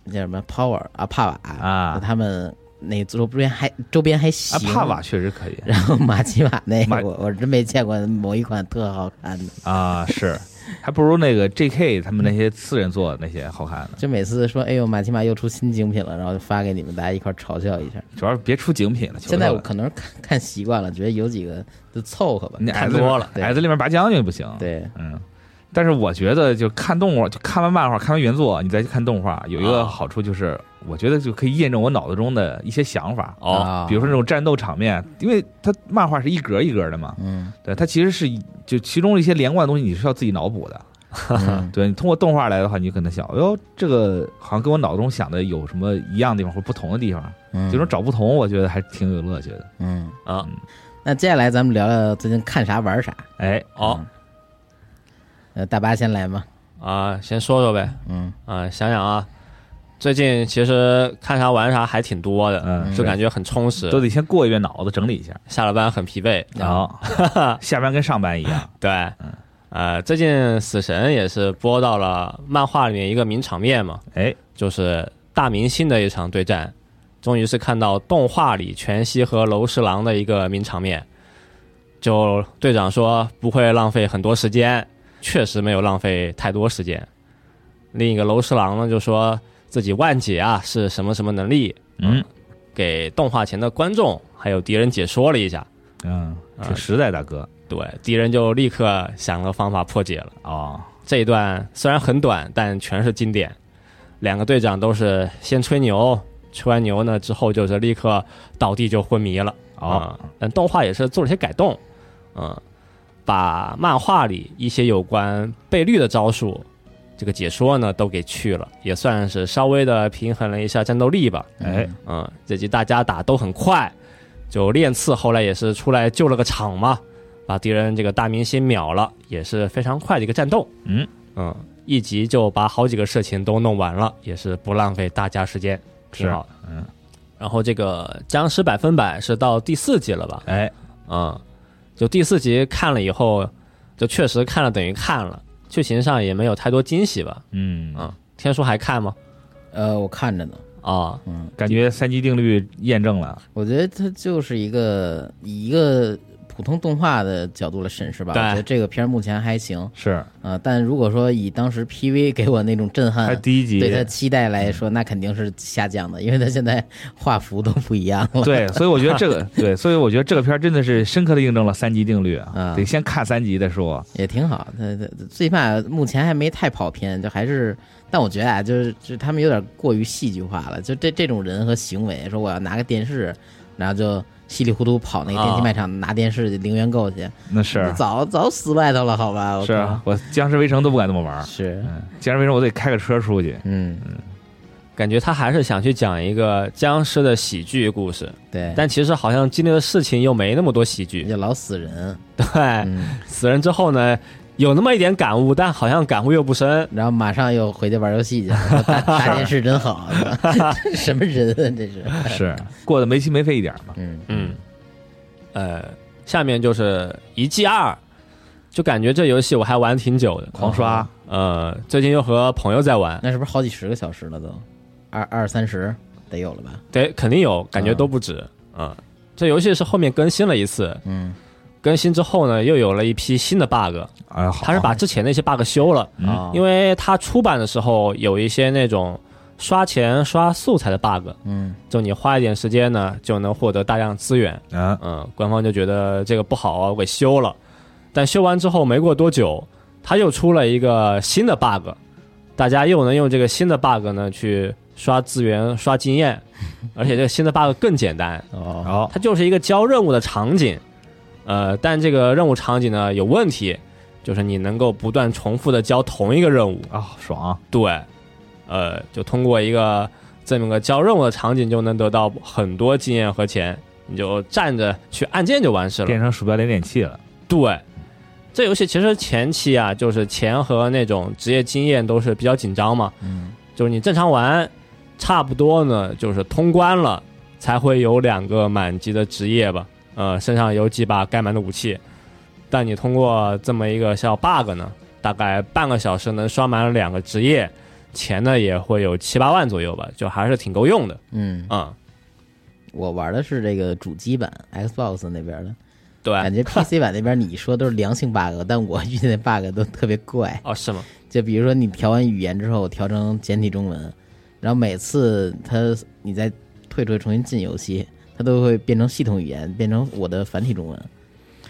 那叫什么 Power 啊，帕瓦
啊
他们那周边还周边还
啊
行，，
帕瓦确实可以
然后马奇马那
马
个，我我真没见过某一款特好看的，
啊，是，还不如那个 J.K. 他们那些私人做的那些好看呢。
就每次说哎呦马奇马又出新精品了，然后就发给你们，大家一块儿嘲笑一下。
主要是别出精品了，求
现在
求
我
了
可能是看看习惯了，觉得有几个就凑合吧。
你
看
矮子里
多
面
了
矮子里面拔将军不行。，
对，
嗯，但是我觉得就看动画，就看完漫画，看完原作，你再去看动画，有一个
啊
好处就是，我觉得就可以验证我脑子中的一些想法。
哦，
啊
比如说那种战斗场面，因为它漫画是一格一格的嘛，
嗯，
对，它其实是就其中一些连贯的东西，你是要自己脑补的。
嗯
对你通过动画来的话，你就可能想，哎呦，这个好像跟我脑中想的有什么一样的地方或不同的地方，
嗯，
这种找不同，我觉得还挺有乐趣的。
嗯
啊
那接下来咱们聊聊最近看啥玩啥。
哎，
哦
呃，大巴先来嘛，
啊，先说说呗。
嗯
啊，想想啊，最近其实看啥玩啥还挺多的，
嗯，
就感
觉
觉很充实
都，得先过一遍脑子，整理一下，
下了班很疲惫。
然
啊
后下班跟上班一样
对，
嗯
呃，最近死神也是播到了漫画里面一个名场面嘛，
哎，
就是大明星的一场对战，终于是看到动画里全息和楼十郎的一个名场面。就队长说不会浪费很多时间，确实没有浪费太多时间。另一个楼十郎呢，就说自己万解啊是什么什么能力，
嗯
给动画前的观众还有敌人解说了一下。
嗯，
啊
挺实在，大哥
对，敌人就立刻想了方法破解了。
哦，
这一段虽然很短，但全是经典。两个队长都是先吹牛，吹完牛呢之后就是立刻倒地就昏迷了。
啊
哦，
嗯但动画也是做了些改动，嗯，把漫画里一些有关倍率的招数，这个解说呢都给去了，也算是稍微的平衡了一下战斗力吧。
哎，
嗯，这集大家打都很快，就练次后来也是出来救了个场嘛，把敌人这个大明星秒了，也是非常快的一个战斗。
嗯
嗯，一集就把好几个事情都弄完了，也是不浪费大家时间，挺
是
好的。
嗯，
然后这个僵尸百分百是到第四集了吧？
哎，
嗯，就第四集看了以后，就确实看了等于看了，剧情上也没有太多惊喜吧？
嗯
啊
嗯，天叔还看吗？
呃，我看着呢，
啊、
嗯，
感觉三级定律验证了，
我觉得它就是一个以一个普通动画的角度来审视吧。我
对
觉得这个片儿目前还行，
是，
啊，但如果说以当时 PV 给我那种震
他
撼，
第一集
嗯对它期待来说，那肯定是下降的，因为它现在画幅都不一样了。
对，所以我觉得这个对，所以我觉得这个片儿真的是深刻的印证了三级定律啊
嗯，
得先看三级再说。
也挺好，他他最起码目前还没太跑偏，就还是，但我觉得啊，就是就是他们有点过于戏剧化了，就这这种人和行为，说我要拿个电视，然后就稀里糊涂跑那个电器卖场拿电视去零元购去，
那啊是
早早死外头了，好吧？我
是啊，我僵尸围城都不敢这么玩儿
靠，是，
嗯，僵尸围城我得开个车出去。
嗯，
感觉他还是想去讲一个僵尸的喜剧故事，
对，
但其实好像经历的事情又没那么多喜剧。
就老死人，
哎
对，
嗯，
死人之后呢，有那么一点感悟，但好像感悟又不深。
然后马上又回去玩游戏去了，说 打打电视真好，是吧什么人啊这是？
是过得没心没肺一点儿嘛？
嗯，
嗯，呃，下面就是一季二，就感觉这游戏我还玩挺久的，
狂刷
呃，最近又和朋友在玩，
那是不是好几十个小时了都？二二三十得有了吧？
对，肯定有，感觉
嗯
都不止。嗯，这游戏是后面更新了一次，
嗯，
更新之后呢，又有了一批新的 bug，
哎，好
它是把之前那些 bug 修了，
嗯
啊
因为它出版的时候有一些那种刷钱刷素材的 bug，
嗯
就你花一点时间呢，就能获得大量资源。
啊，
嗯，官方就觉得这个不好啊，我给修了。但修完之后没过多久，他又出了一个新的 bug，大家又能用这个新的 bug 呢去刷资源、刷经验，而且这个新的 bug 更简单，
哦，
好
它就是一个教任务的场景。呃，但这个任务场景呢有问题，就是你能够不断重复的教同一个任务。
啊，爽，
对，呃，就通过一个这么个教任务的场景，就能得到很多经验和钱，你就站着去按键就完事了
变。成鼠标连点器了。
对，这游戏其实前期啊，就是钱和那种职业经验都是比较紧张嘛，
嗯
就是你正常玩，差不多呢就是通关了，才会有两个满级的职业吧，呃，身上有几把该满的武器，但你通过这么一个小 bug 呢，大概半个小时能刷满两个职业，钱呢也会有七八万左右吧，就还是挺够用的，
嗯，
嗯，
我玩的是这个主机版 Xbox 那边的，感
对，
觉 PC 版那边你说都是良性 bug，但我遇见的 bug 都特别怪。
哦是吗？
就比如说你调完语言之后，调成简体中文，然后每次它你再退出去重新进游戏，它都会变成系统语言，变成我的繁体中文。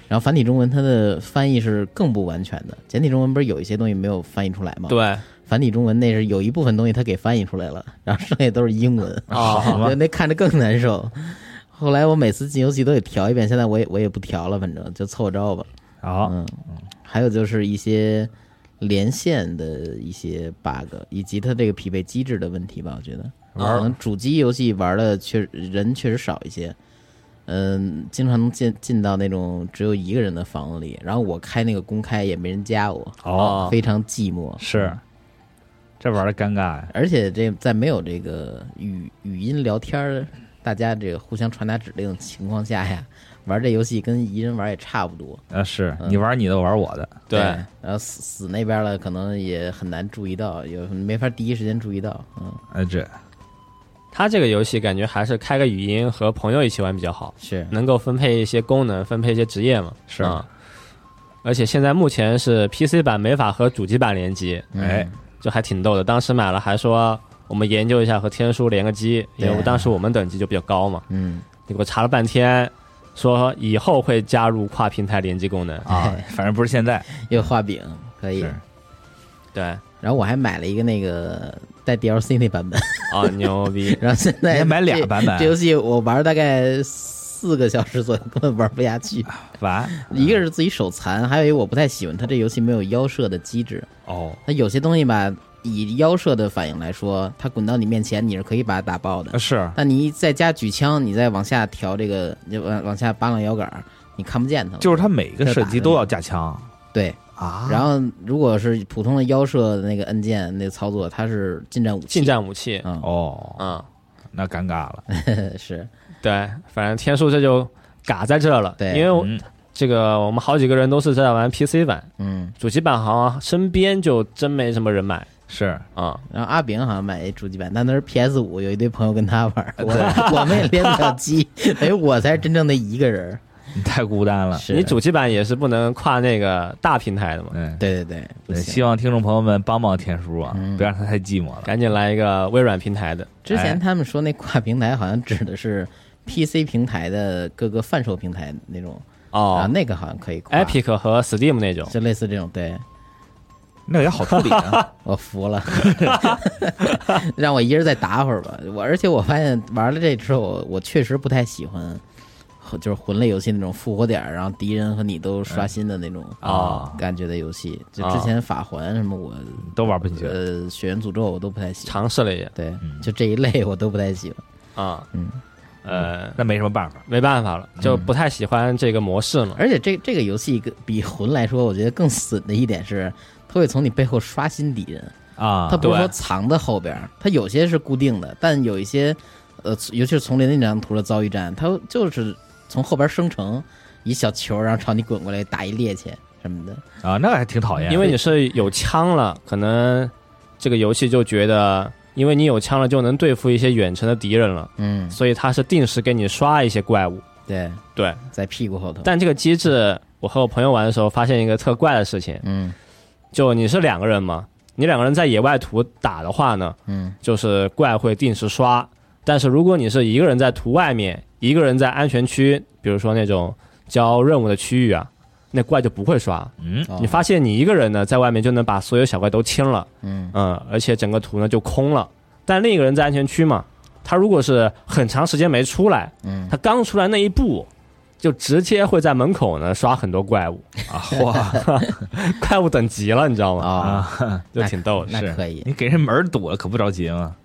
然后繁体中文它的翻译是更不完全的，简体中文不是有一些东西没有翻译出来吗？，
对，
繁体中文那是有一部分东西它给翻译出来了， 然后剩下都是英文。
哦
啊好吧
对，，那看着更难受。后来我每次进游戏都得调一遍，现在我也我也不调了，反正就凑合着吧。
好，
嗯，还有就是一些连线的一些 bug，以及它这个匹配机制的问题吧，我觉得。
玩儿
可能主机游戏玩的确人确实少一些，嗯，经常能进进到那种只有一个人的房子里，然后我开那个公开也没人加我，
哦，
非常寂寞。
是，这玩的尴尬啊呀。
而且这在没有这个语语音聊天儿，大家这个互相传达指令的情况下呀，玩这游戏跟一人玩也差不多。
啊，是
嗯
你玩你的，我玩我的，
对，
然后死死那边了，可能也很难注意到，有没法第一时间注意到。嗯，
哎，这
他这个游戏感觉还是开个语音和朋友一起玩比较好。
是，
能够分配一些功能，分配一些职业嘛。
是
啊而且现在目前是 PC 版没法和主机版联机，
嗯
哎，
就还挺逗的。当时买了还说我们研究一下和天书连个机，因
对
为当时我们等级就比较高嘛。
嗯，
结果查了半天，说以后会加入跨平台联机功能。
啊，反正不是现在，
又画饼可以。
是
对，啊、
然后我还买了一个那个带 DLC 那版本，！
啊牛逼
然后现
你
在
还买俩
这
版本啊
这游戏我玩大概四个小时左右，根本玩不下去。
啊完
一个是自己手残，还有一个我不太喜欢它这游戏没有腰射的机制。
哦，
它有些东西吧，以腰射的反应来说，它滚到你面前，你是可以把它打爆的
呃
啊。是
但你一再加举枪，你再往下调这个，就往往下扒拉摇杆儿，你看不见它了。
就是它每个射击都要加枪
对，
啊，
然后如果是普通的腰射的那个按键那个操作，它是近战武器。
近战武器，哦
嗯，
哦，
嗯，
那尴尬了，
是
对，反正天书这就嘎在这了。
对
因为我
嗯
这个我们好几个人都是在玩 PC 版，
嗯。
主机版好像身边就真没什么人买
是
啊、
然后阿炳好像买一主机版，但那是 PS 五，有一堆朋友跟他玩儿，我我们也连不了 机，等于我才是真正的一个人儿。
你太孤单了，
是
你主机版也是不能跨那个大平台的嘛，
嗯，
对对对，不
对，
行
希望听众朋友们帮帮天叔啊，
嗯
别让他太寂寞 了。
赶紧来一个微软平台的。
之前
哎
他们说那跨平台好像指的是 PC 平台的各个贩售平台那种啊，
哦
那个好像可以跨
Epic 和 Steam 那种，
就类似这种，对
那个也好处理啊，
我服了， 让我一人再打会儿吧。我而且我发现玩了这之后，我我确实不太喜欢，就是魂类游戏那种复活点儿，然后敌人和你都刷新的那种
哦
感觉的游戏。就
哦
之前法环什么我
都玩不进去。
呃血缘诅咒我都不太喜欢，
尝试了也
对
嗯，
就这一类我都不太喜欢。
啊，
嗯
呃，
那没什么办法，
没办法了，就不太喜欢这个模式嘛。
而且这这个游戏跟比魂来说，我觉得更损的一点是，它会从你背后刷新敌人。
啊，
它不是说
对
藏在后边儿，它有些是固定的，但有一些，呃，尤其是丛林那张图的遭遇战，它就是从后边儿生成一小球，然后朝你滚过来打一趔趄什么的。
啊，那个还挺讨厌。
嗯因为你是有枪了，可能这个游戏就觉得，因为你有枪了就能对付一些远程的敌人了，
嗯，
所以它是定时给你刷一些怪物。
对，
对，
在屁股后头。
但这个机制，我和我朋友玩的时候发现一个特怪的事情，
嗯
就你是两个人嘛，你两个人在野外图打的话呢，
嗯，
就是怪会定时刷。但是如果你是一个人在图外面，一个人在安全区，比如说那种交任务的区域啊，那怪就不会刷。
嗯，
哦
你发现你一个人呢，在外面就能把所有小怪都清了，
嗯
嗯，而且整个图呢就空了。但另一个人在安全区嘛，他如果是很长时间没出来，
嗯，
他刚出来那一步，就直接会在门口呢刷很多怪物，
啊，哇
怪物等级了，你知道吗？
哦，
啊，
就挺逗的。
那
是
可以。
你给人门儿堵了，可不着急吗？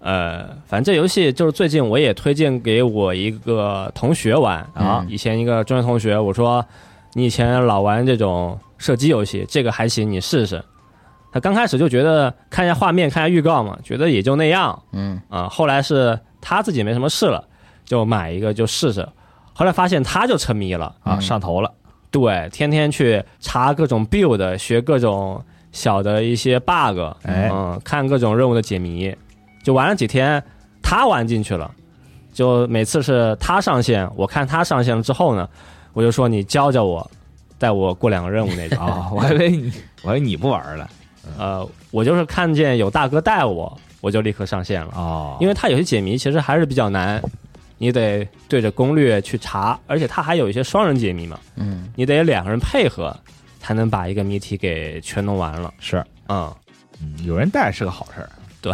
呃，反正这游戏就是最近我也推荐给我一个同学玩啊
嗯，
以前一个中学同学，我说你以前老玩这种射击游戏，这个还行，你试试。他刚开始就觉得看一下画面，看一下预告嘛，觉得也就那样
嗯
啊。后来是他自己没什么事了，就买一个就试试。后来发现他就沉迷了，
啊，
嗯
上头了，
对，天天去查各种 build，学各种小的一些 bug，
哎
嗯，看各种任务的解谜，就玩了几天，他玩进去了，就每次是他上线，我看他上线了之后呢，我就说你教教我，带我过两个任务那 种，
啊，我还以为你，我还以为你不玩儿了
呃，我就是看见有大哥带我，我就立刻上线了，
哦，
因为
为
他有些解谜其实还是比较难，你得对着攻略去查，而且他还有一些双人解谜嘛。
嗯，
你得两个人配合，才能把一个谜题给全弄完了。
是
嗯，
嗯有人带是个好事儿，
对，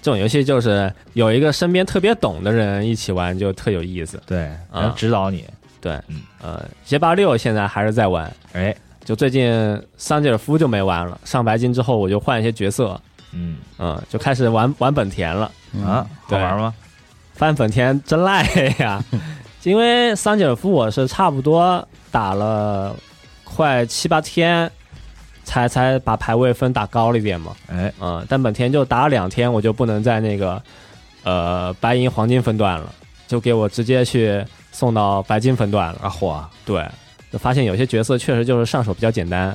这种游戏就是有一个身边特别懂的人一起玩，就特有意思。
对，
啊
人指导你，
对
嗯，
呃，街霸六现在还是在玩，
哎，
就最近桑吉尔夫就没玩了，上白金之后我就换一些角色，
嗯
嗯，就开始玩玩本田了。
嗯
啊，好
对
玩吗？
翻本田真赖呀！因为桑吉尔夫我是差不多打了快七八天，才才把排位分打高了一点嘛。
哎，
嗯，但本田就打了两天，我就不能在那个呃白银黄金分段了，就给我直接去送到白金分段了。
啊嚯，
对，就发现有些角色确实就是上手比较简单。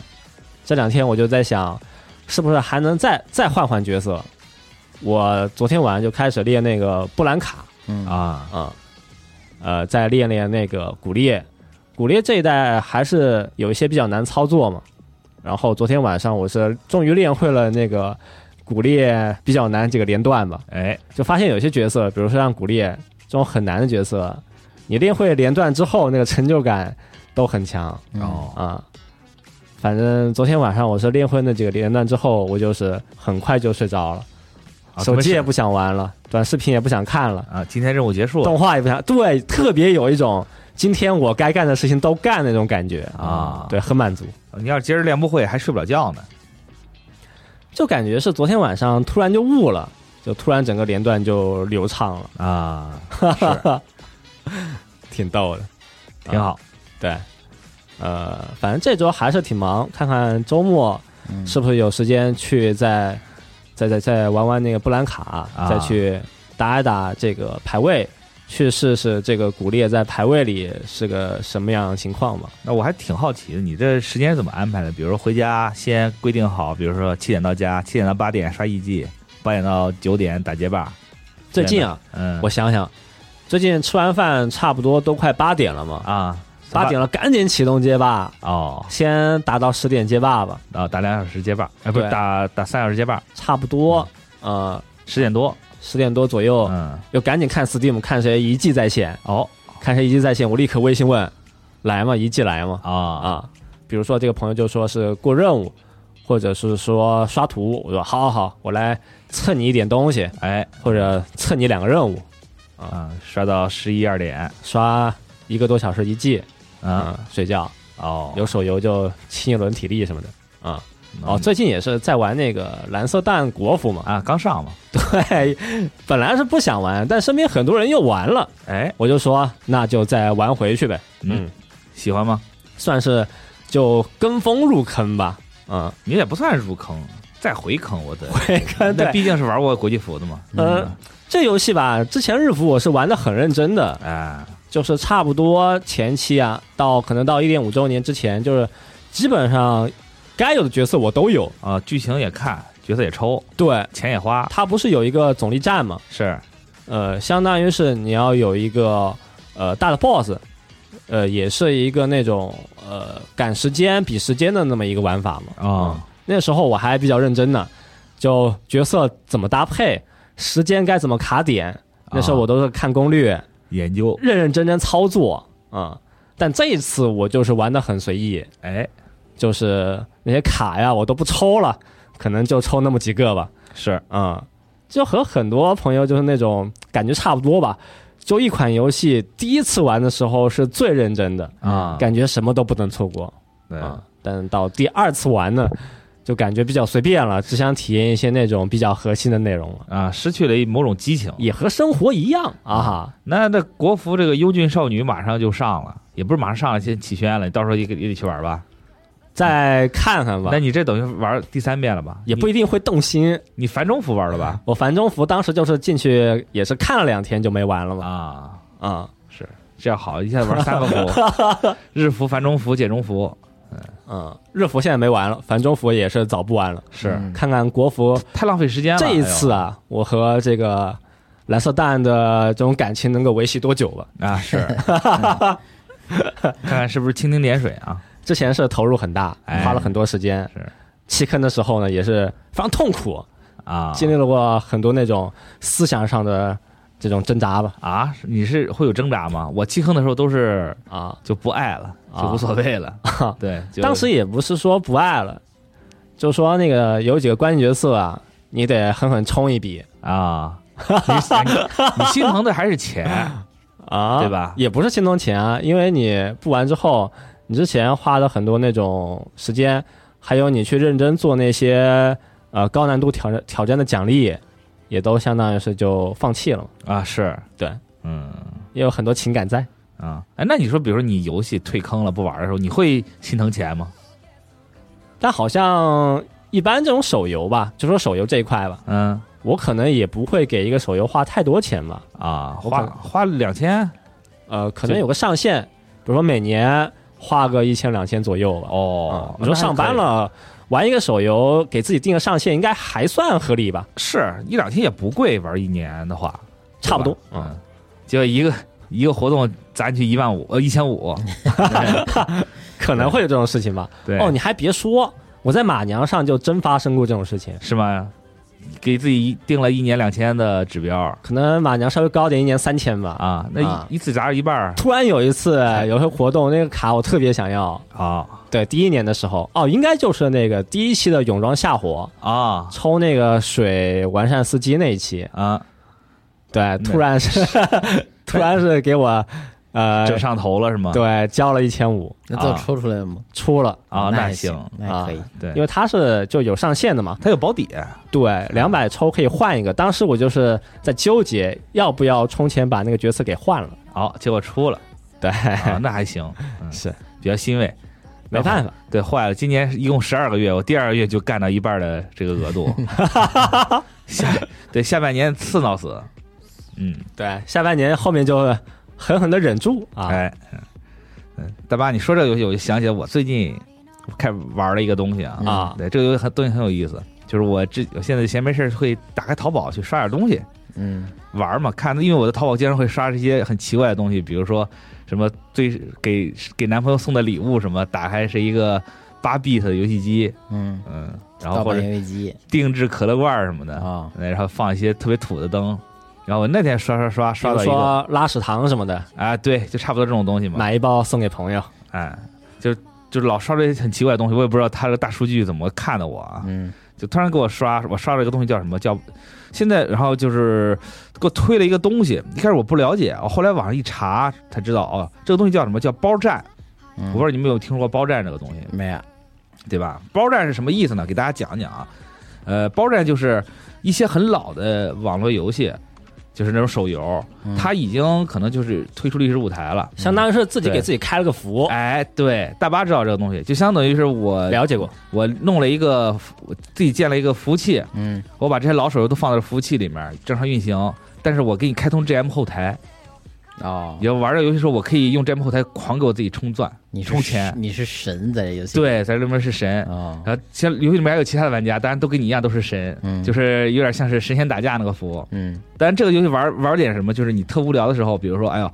这两天我就在想，是不是还能再再换换角色？我昨天晚上就开始练那个布兰卡
嗯
啊，
啊、呃，再练练那个古烈，古烈这一代还是有一些比较难操作嘛。然后昨天晚上我是终于练会了那个古烈比较难这个连段吧，
哎，
就发现有些角色，比如说像古烈这种很难的角色，你练会连段之后，那个成就感都很强。
嗯
哦，
啊。反正昨天晚上我是练会那几个连段之后，我就是很快就睡着了，
啊
手机也
怎么
不想玩了，短视频也不想看了，
是啊，今天任务结束了
动画也不想，对，特别有一种今天我该干的事情都干那种感觉，
啊，
对，很满足，
你要是今儿练不会，还睡不了觉呢。
就感觉是昨天晚上突然就悟了，就突然整个连段就流畅了，
啊，是
挺逗的，啊
挺好。
对，呃，反正这周还是挺忙，看看周末
嗯
是不是有时间去再再再再玩玩那个布兰卡，
啊
再去打一打这个排位，去试试这个古烈在排位里是个什么样的情况吧。
那我还挺好奇的，你这时间是怎么安排的？比如说回家先规定好，比如说七点到家，七点到八点刷艺伎，八点到九点打街霸。
最近啊，
嗯，
我想想，最近吃完饭差不多都快八点了嘛，
啊，
八点了赶紧启动街霸，
哦
先打到十点街霸吧，
啊，打两小时街霸，啊、不是
对
打打三小时街霸，
差不多，呃，
十点多。
十点多左右。
嗯，
又赶紧看 Steam 看谁一季在线哦，看谁一季在线，我立刻微信问，来嘛，一季来嘛
啊
啊！比如说这个朋友就说是过任务，或者是说刷图，我说好好好，我来蹭你一点东西，
哎
或者蹭你两个任务，
啊，刷到十一二点
啊刷一个多小时一季，
啊、
嗯，睡觉，
哦
有手游就清一轮体力什么的。啊、哦，
嗯
最近也是在玩那个蓝色弹国服嘛，
啊刚上嘛，
对，本来是不想玩，但身边很多人又玩了，
哎
我就说那就再玩回去呗。
嗯喜欢吗？
算是就跟风入坑吧。嗯，
你也不算是入坑，再回坑，我 的
回坑
那
对，
毕竟嗯是玩过国际服的嘛，
呃，这游戏吧，之前日服我是玩的很认真的，
哎
就是差不多前期啊，到可能到一点五周年之前，就是基本上该有的角色我都有。
啊，剧情也看，角色也抽，
对，
钱也花，
它不是有一个总力战嘛？
是
呃，相当于是你要有一个呃大的 BOSS，呃，也是一个那种呃赶时间、比时间的那么一个玩法嘛。
啊
那时候我还比较认真呢，就角色怎么搭配，时间该怎么卡点，那时候我都是看攻略，
研究，
认认真真操作啊、嗯但这一次我就是玩的很随意，
哎
就是那些卡呀我都不抽了，可能就抽那么几个吧，
是
嗯，就和很多朋友就是那种感觉差不多吧。就一款游戏第一次玩的时候是最认真的，
啊，
感觉什么都不能错过。
对
啊，但到第二次玩呢，就感觉比较随便了，只想体验一些那种比较核心的内容了，
啊，失去了一某种激情。
也和生活一样啊哈。
那那国服这个优俊少女马上就上了，也不是马上上了，先起轩了，你到时候也也得去玩吧。
再看看吧
那，你这等于玩第三遍了吧？
也不一定会动心。
你，你繁中服玩了 吧？
我樊中服当时就是进去也是看了两天就没玩了嘛，
啊，
啊
这样好，一下子玩三个服， 日服、繁中服、简中服，
嗯，日服现在没玩了，樊中服也是早不玩了，
是、
嗯
看看国服
太浪费时间了。哎
这一次啊，我和这个蓝色蛋的这种感情能够维系多久吧？
哎呦啊，是，嗯看看是不是蜻蜓点水啊？
之前是投入很大，
哎
花了很多时间，
是
弃坑的时候呢也是非常痛苦，
啊
经历了过很多那种思想上的这种挣扎吧。
啊，你是会有挣扎吗？我弃坑的时候都是
啊，
就不爱了，
啊
就无所谓了。对，就
当时也不是说不爱了，就说那个有几个关键角色啊，你得狠狠冲一笔
啊，你你你心疼的还是钱
啊，
对吧
也不是心疼钱啊，因为你不玩之后，你之前花了很多那种时间，还有你去认真做那些呃高难度挑战挑战的奖励，也都相当于是就放弃了嘛，
啊？是
对，
嗯
也有很多情感在。
啊，哎，那你说，比如说你游戏退坑了不玩的时候，你会心疼钱吗？
但好像一般这种手游吧，就说手游这一块吧，
嗯
我可能也不会给一个手游花太多钱吧，
啊，
我
花
可
花两千
呃，可能有个上限，比如说每年花个一千两千左右吧。
哦
嗯，你说上班了玩一个手游，给自己定个上限，应该还算合理吧？
是一两千也不贵，玩一年的话
差不多，
嗯，结果一个一个活动砸进去一万五，呃，一千五。
可能会有这种事情吧？
对，
哦，你还别说，我在马娘上就真发生过这种事情。
是吗？给自己定了一年两千的指标
可能马娘稍微高点，一年三千吧。
啊，那
啊
一一次砸一半儿
突然有一次有一个活动，那个卡我特别想要。
啊
对，第一年的时候，哦，应该就是那个第一期的泳装下火，
啊
抽那个水完善司机那一期。
啊，
对，突然是， 突然是给我，呃，
整上头了是吗？
对，交了一千五，
那最后
啊
抽出来了吗？
出了，
啊，
那
那
还
行，，啊
那还可以。
对，
因为它是就有上限的嘛。
它有保底
对，两百抽可以换一个。当时我就是在纠结要不要充钱把那个角色给换了。
好，结果出了
对，
啊，那还行，嗯
是
比较欣慰。
没办法，
对，坏了，今年一共十二个月，我第二个月就干到一半的这个额度，下对下半年刺挠死，嗯，
对，下半年后面就狠狠的忍住啊。
哎，嗯，大巴，你说这个游戏，我就想起来我最近开始玩了一个东西啊，
啊
对，这个游戏很东西很有意思，就是我这我现在闲没事儿会打开淘宝去刷点东西
嗯，
玩儿嘛，看，因为我的淘宝经常会刷这些很奇怪的东西，比如说什么最给给男朋友送的礼物什么，打开是一个八 bit 的游戏机，
嗯，
嗯，然后
盗
或
版
者
游戏机
定制可乐罐儿什么的，
啊，
对然后放一些特别土的灯。然后我那天刷刷刷
比
刷
如
到一个
说拉屎糖什么的，
啊，对，就差不多这种东西嘛。
买一包送给朋友。
哎，就就老刷这些很奇怪的东西，我也不知道他这个大数据怎么看的我啊，
嗯，
就突然给我刷，我刷了一个东西叫什么叫，现在然后就是给我推了一个东西，一开始我不了解，我后来网上一查才知道哦，这个东西叫什么叫包站，我
嗯
不知道你们有听说过包站这个东西啊
没有，
对吧？包站是什么意思呢？给大家讲讲啊，呃，包站就是一些很老的网络游戏。就是那种手游，
嗯
它已经可能就是退出历史舞台了。
相当于是自己
对
给自己开了个福。
哎，对，大巴知道这个东西，就相当于是我
了解过，
我弄了一个服，我自己建了一个服务器，
嗯
我把这些老手游都放在服务器里面正常运行，但是我给你开通 GM 后台，
哦
你，要玩这游戏的时候，我可以用 GM 后台狂给我自己充钻，
你是
充钱，
你是神在这游戏里
对，在这里面是神。
哦，
然后像游戏里面还有其他的玩家，当然都跟你一样都是神，
嗯
就是有点像是神仙打架那个服务。
嗯
但这个游戏玩玩点什么，就是你特无聊的时候，比如说，哎呦，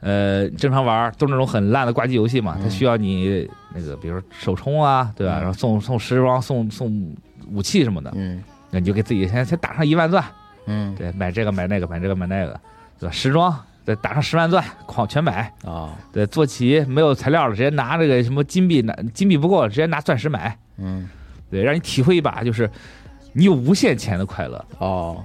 呃，正常玩都是那种很烂的挂机游戏嘛，它
嗯
需要你那个，比如说手冲啊，对吧？
嗯
然后送送时装、送送武器什么的，
嗯
那你就给自己先先打上一万钻，
嗯，
对，买这个买那个买这个买那个，对吧？时装再打上十万钻，狂全买，
哦，
对，坐骑没有材料了，直接拿这个什么金币拿金币不够了，直接拿钻石买，
嗯
对，让你体会一把就是你有无限钱的快乐。
哦，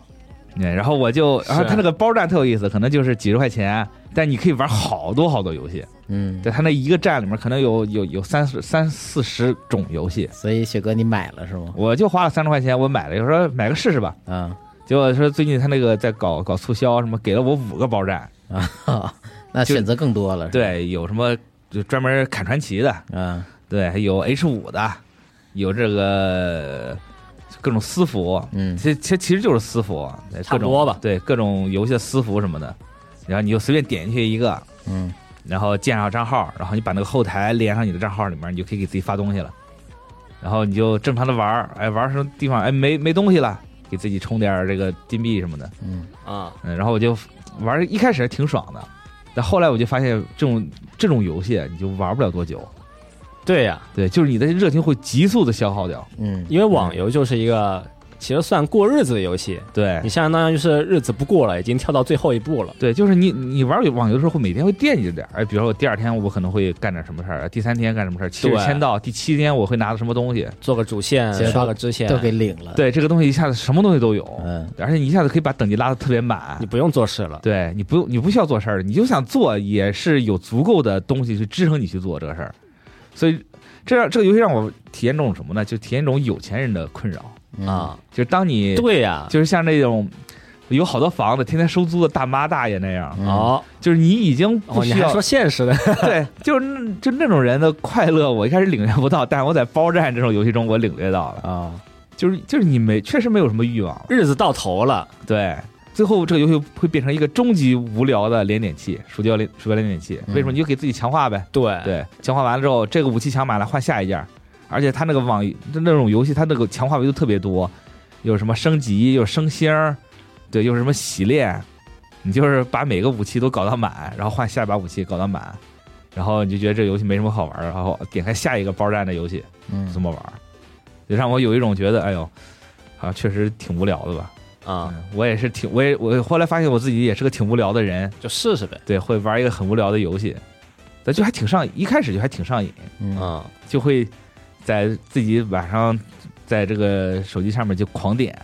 嗯，然后我就，然后
是
他那个包站特有意思，可能就是几十块钱，但你可以玩好多好多游戏。
嗯，
在他那一个站里面，可能有有有三十三四十种游戏，
所以雪哥你买了是吗？
我就花了三十块钱，我买了，我说买个试试吧。
啊，
结果说最近他那个在搞搞促销，什么给了我五个包站，
那
就
选择更多了，，
对，有什么就专门砍传奇的，
嗯
对，还有 H 五的，有这个各种私服，
嗯
其其其实就是私服，对
差不
各种
多吧
对，各种游戏的私服什么的，然后你就随便点进去一个，
嗯，
然后建上账号，然后你把那个后台连上你的账号里面，你就可以给自己发东西了。然后你就正常的玩儿，哎，玩儿什么地方哎没没东西了，给自己充点儿这个金币什么的。
嗯
啊，
嗯，然后我就玩儿，一开始还挺爽的，但后来我就发现这种这种游戏啊你就玩不了多久，
对呀、
对，就是你的热情会急速的消耗掉。
嗯
因为网游就是一个其实算过日子的游戏，
对
你相当于是日子不过了，已经跳到最后一步了。
对，就是你你玩网游的时候会每天会惦记着点儿，哎，比如说我第二天我可能会干点什么事儿，第三天干什么事儿，七日
对嗯
签到，第七天我会拿到什么东西，
做个主线
其实，都
刷个支线，
都给领了，，
对，这个东西一下子什么东西都有，
嗯
而且你一下子可以把等级拉的特别满
你。不用做事了。
对你不用，你不需要做事儿，你就想做也是有足够的东西去支撑你去做这个事儿，所以这让这个游戏让我体验这种什么呢？就体验这种有钱人的困扰，
嗯，
啊，
就是当你
对呀、
就是像那种有好多房子天天收租的大妈大爷那样，
嗯
哦
就是你已经不
哦，你
需
还
要、
说现实的
对，就是那就那种人的快乐，我一开始领略不到，但我在包站这种游戏中我领略到了，
哦，
就是就是你没确实没有什么欲望，
日子到头了，
对，最后这个游戏会变成一个终极无聊的连点器，暑假连暑假连点器。
嗯
为什么？你就给自己强化呗。
对，
对，强化完了之后，这个武器强满了，换下一件儿。而且它那个网那种游戏，它那个强化维度特别多，有什么升级，有升星儿，对，有什么洗练，你就是把每个武器都搞到满，然后换下一把武器搞到满，然后你就觉得这游戏没什么好玩儿，然后点开下一个包战的游戏
嗯
这么玩儿，就让我有一种觉得，哎呦，好像确实挺无聊的吧。
啊，
嗯我也是挺，我也我后来发现我自己也是个挺无聊的人，
就试试呗，
对，会玩一个很无聊的游戏，但就还挺上，一开始就还挺上瘾，
嗯
啊，
就会在自己晚上在这个手机上面就狂点，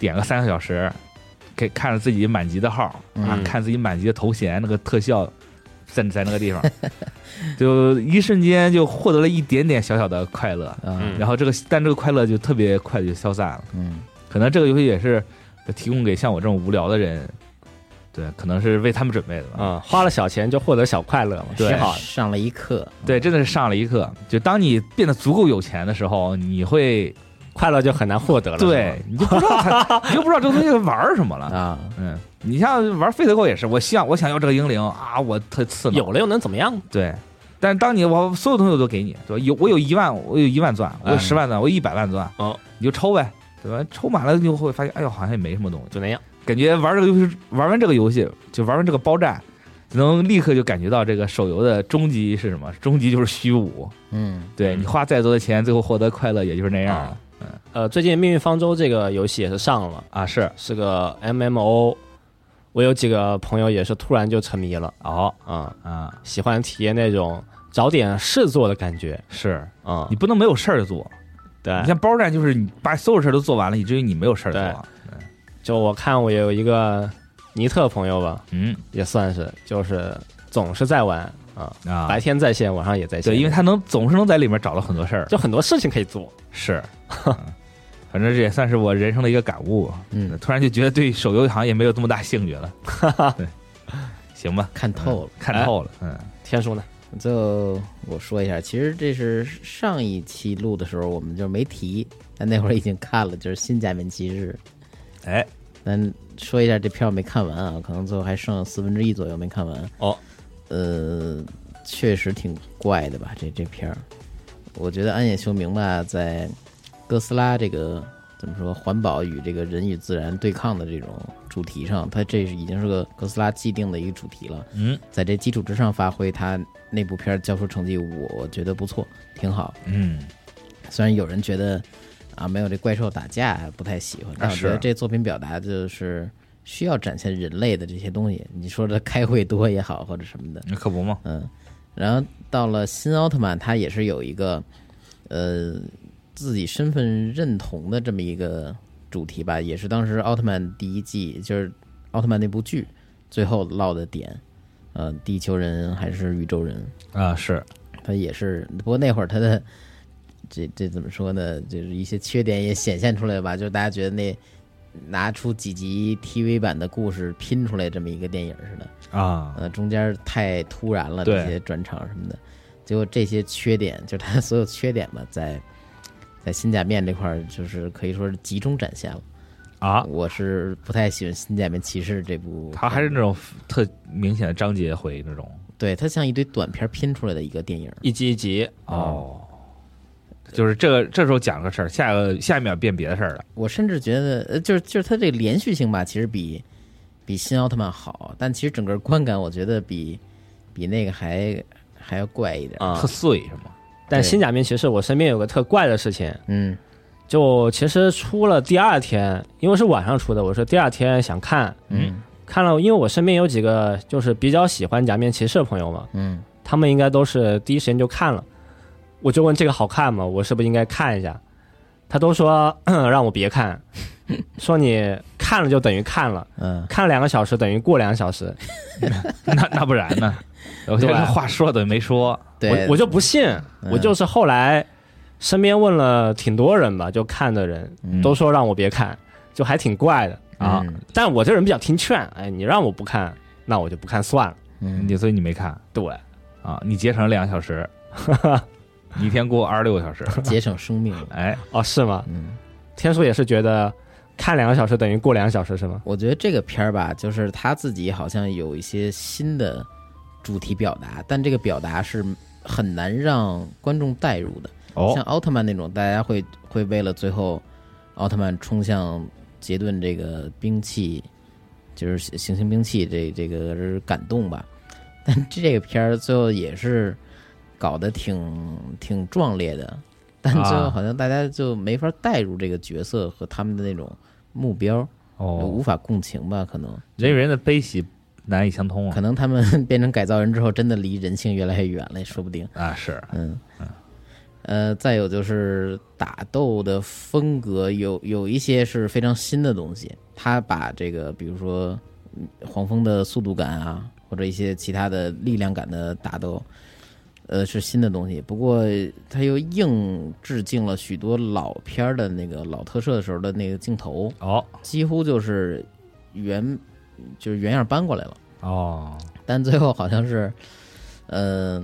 点个三个小时，给看着自己满级的号、啊
嗯，
看自己满级的头衔，那个特效在在那 个地方，就一瞬间就获得了一点点小小的快乐，
啊
嗯
然后这个但这个快乐就特别快就消散了。
嗯
可能这个游戏也是提供给像我这种无聊的人，对，可能是为他们准备的吧。
嗯，花了小钱就获得小快
嗯
乐嘛，
对
挺好的。
上了一课，
对，真的是上了一课。就当你变得足够有钱的时候，你会
快乐就很难获得了。
对，你就不知 道它，你就不知道这个东西玩什么了。
啊，
嗯，你像玩费德购也是，我希望我想要这个英灵啊，我特
是
刺
吗，
挠。
有了又能怎么样？
对，但是当你我所有东西都给你，对吧？有我有一万，我有一万钻，我有
嗯
十万钻，我有一百万钻，
哦，
你就抽呗，对吧？抽满了你就会发现，哎呦，好像也没什么东西。
就那样。
感觉玩这个游戏，玩完这个游戏就玩完这个包战，就能立刻就感觉到这个手游的终极是什么？终极就是虚无。
嗯
对
嗯
你花再多的钱，最后获得快乐也就是那样了
啊呃，最近《命运方舟》这个游戏也是上了嘛，
啊。是
是个 MMO。我有几个朋友也是突然就沉迷了
哦
啊、
啊，
喜欢体验那种找点事做的感觉
是
啊、
你不能没有事儿做。
对
你，像包战，就是你把所有事儿都做完了，以至于你没有事儿做
哎对
了。
就我看我有一个尼特朋友吧，
嗯
也算是，就是总是在玩啊、
啊，
白天在线，晚上也在线。
对，因为他能总是能在里面找到很多事儿。
就很多事情可以做。
是，嗯反正这也算是我人生的一个感悟。
嗯，
突然就觉得对手游好像也没有这么大兴趣了。 对，行吧，
看透了。
看透了。嗯
天书呢？
就我说一下，其实这是上一期录的时候我们就没提，但那会儿已经看了，就是《新假面骑士》。
哎，
咱说一下这片儿没看完啊，可能最后还剩四分之一左右没看完。
哦，
呃，确实挺怪的吧？这这片儿，我觉得安野秀明吧，在哥斯拉这个怎么说环保与这个人与自然对抗的这种主题上，它这是已经是个哥斯拉既定的一个主题了。
嗯
在这基础之上发挥他那部片儿交出成绩，我我觉得不错，挺好。
嗯。
虽然有人觉得啊没有这怪兽打架不太喜欢，但我觉得
是
这作品表达就是需要展现人类的这些东西。你说这开会多也好，或者什么的，
那可不嘛，
嗯，然后到了新奥特曼，他也是有一个呃自己身份认同的这么一个主题吧，也是当时奥特曼第一季就是奥特曼那部剧最后落的点，呃，地球人还是宇宙人，
啊是，
他也是，不过那会儿他的这这怎么说呢？就是一些缺点也显现出来吧，就是大家觉得那拿出几集 TV 版的故事拼出来这么一个电影似的。
啊，
呃，中间太突然了，
对
这些转场什么的，结果这些缺点，就是它所有缺点嘛，在在新假面这块儿，就是可以说是集中展现了。
啊，
我是不太喜欢《新假面骑士》这部片子，
他还是那种特明显的章节回那种
对它像一堆短片拼出来的一个电影。
一集一集，
哦，就是这个这时候讲个事儿，下个下一秒变别的事儿了，
我甚至觉得，呃，就是就是它这个连续性吧，其实比比新奥特曼好，但其实整个观感我觉得比比那个还还要怪一点。
啊
特碎是吗？
但
对
新假面骑士，我身边有个特怪的事情，
嗯
就其实出了第二天，因为是晚上出的，我是第二天想看，
嗯
看了，因为我身边有几个就是比较喜欢假面骑士的朋友嘛，
嗯
他们应该都是第一时间就看了，我就问这个好看吗？我是不是应该看一下？他都说 让我别看，说你看了就等于看了，
嗯，
看了两个小时等于过两个小时，
那那不然呢？我觉得
对
这话说等于没说，
对，嗯
我我就不信，我就是后来身边问了挺多人吧，就看的人
嗯
都说让我别看，就还挺怪的。
啊
嗯
但我这人比较听劝，哎，你让我不看，那我就不看算了。
嗯
你所以你没看
对，
啊，你节省了两个小时，你一天过二十六个小时，
节省生命了。
哎，
哦，是吗？
嗯，
天叔也是觉得看两个小时等于过两个小时是吗？
我觉得这个片儿吧，就是他自己好像有一些新的主题表达，但这个表达是很难让观众带入的。像
哦，
奥特曼那种，大家会会为了最后奥特曼冲向杰顿这个兵器就是行行星兵器这这个是感动吧。但这个片儿最后也是搞得挺挺壮烈的，但最后
啊
好像大家就没法带入这个角色和他们的那种目标，无
哦，
法共情吧？可能
人与人的悲喜难以相通啊
可能他们 变成改造人之后，真的离人性越来越远了，也说不定。
啊是
嗯，呃，再有就是打斗的风格有有一些是非常新的东西，他把这个比如说嗯黄蜂的速度感啊，或者一些其他的力量感的打斗，呃，是新的东西。不过他又硬致敬了许多老片儿的那个老特摄的时候的那个镜头，
哦
几乎就是原就是原样搬过来了。
哦
但最后好像是，呃，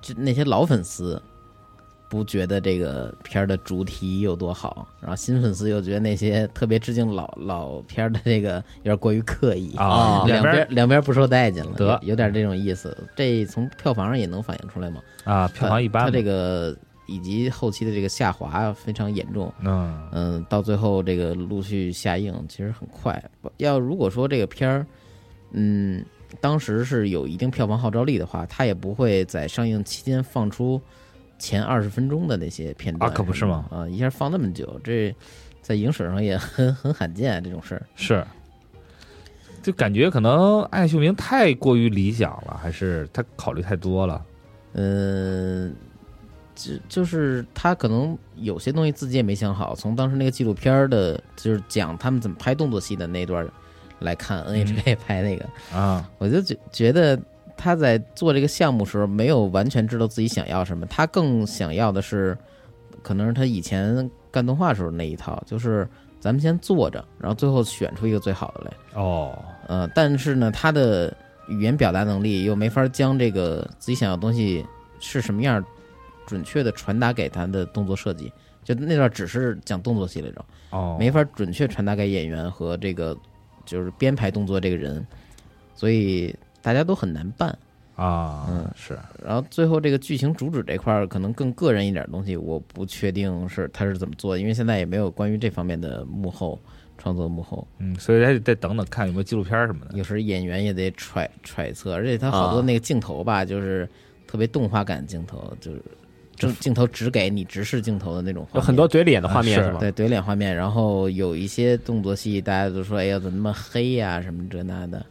就那些老粉丝不觉得这个片儿的主题有多好，然后新粉丝又觉得那些特别致敬老老片儿的这个有点过于刻意，
啊
啊
两
两
边
边
两边不受待见了，
得
有有点这种意思。这从票房上也能反映出来嘛？
啊票房一般
它
嘛，
这个以及后期的这个下滑非常严重，
嗯
嗯，到最后这个陆续下映，其实很快。不要如果说这个片儿，嗯，当时是有一定票房号召力的话，它也不会在上映期间放出前二十分钟的那些片段
啊可不是
吗
吗？
啊、一下放那么久，这在影史上也很很罕见、啊这种事儿。
是。就感觉可能艾秀明太过于理想了，还是他考虑太多了？
嗯，就就是他可能有些东西自己也没想好。从当时那个纪录片儿的，就是讲他们怎么拍动作戏的那段儿来看，NHK
嗯
拍那个。
啊
我就觉觉得他在做这个项目时候没有完全知道自己想要什么，他更想要的是，可能是他以前干动画时候那一套，就是咱们先做着，然后最后选出一个最好的来。
哦
呃，但是呢，他的语言表达能力又没法将这个自己想要的东西是什么样儿准确的传达给他的动作设计，就那段只是讲动作戏来着。
哦，
没法准确传达给演员和这个就是编排动作这个人，所以大家都很难办。
啊，
嗯
是
然后最后这个剧情主旨这块儿可能更个人一点儿东西，我不确定是他是怎么做的，因为现在也没有关于这方面的幕后创作幕后，
嗯，所以还得再等等看有没有纪录片儿什么的。
有时演员也得揣揣测，而且他好多
啊
那个镜头吧，就是特别动画感镜头，就是镜镜头只给你直视镜头的那种画面，
有很多怼脸的画面
啊是
是吗？
对怼脸画面，然后有一些动作戏，大家都说哎呀怎么那么黑呀、什么这那的，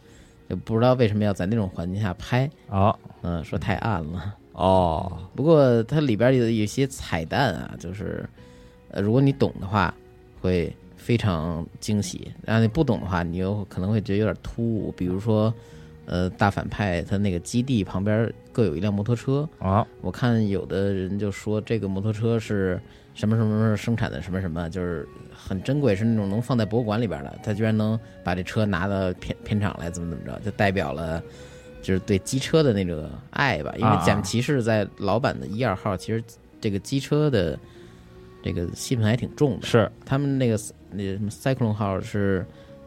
就不知道为什么要在那种环境下拍，
啊
嗯、说太暗了。
哦，
不过它里边有有一些彩蛋啊，就是呃如果你懂的话，会非常惊喜；然后你不懂的话，你又可能会觉得有点突兀。比如说，呃，大反派他那个基地旁边各有一辆摩托车，
啊
我看有的人就说这个摩托车是什么什么什么生产的什么什么，就是很珍贵，是那种能放在博物馆里边的。他居然能把这车拿到片片场来，怎么怎么着，就代表了就是对机车的那个爱吧。因为
啊啊
假面骑士在老版的一二号，其实这个机车的这个戏份还挺重的。
是
他们那个那什么 Cyclone 号是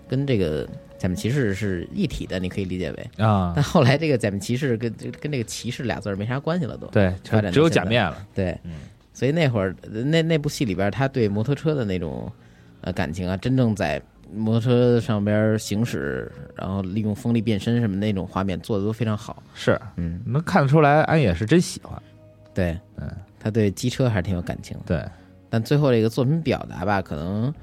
跟这个假面骑士是一体的，你可以理解为。
啊
但，后来这个假面骑士跟跟这个骑士俩字儿没啥关系了都。
对，
发展到
只有
现在
假面了。
对，
嗯
所以那会儿那那部戏里边，他对摩托车的那种呃感情啊，真正在摩托车上边行驶，然后利用风力变身什么那种画面做的都非常好。
是
嗯，
能看得出来，安野是真喜欢。
对，
嗯，
他对机车还是挺有感情的，
对，
但最后这个作品表达吧，可能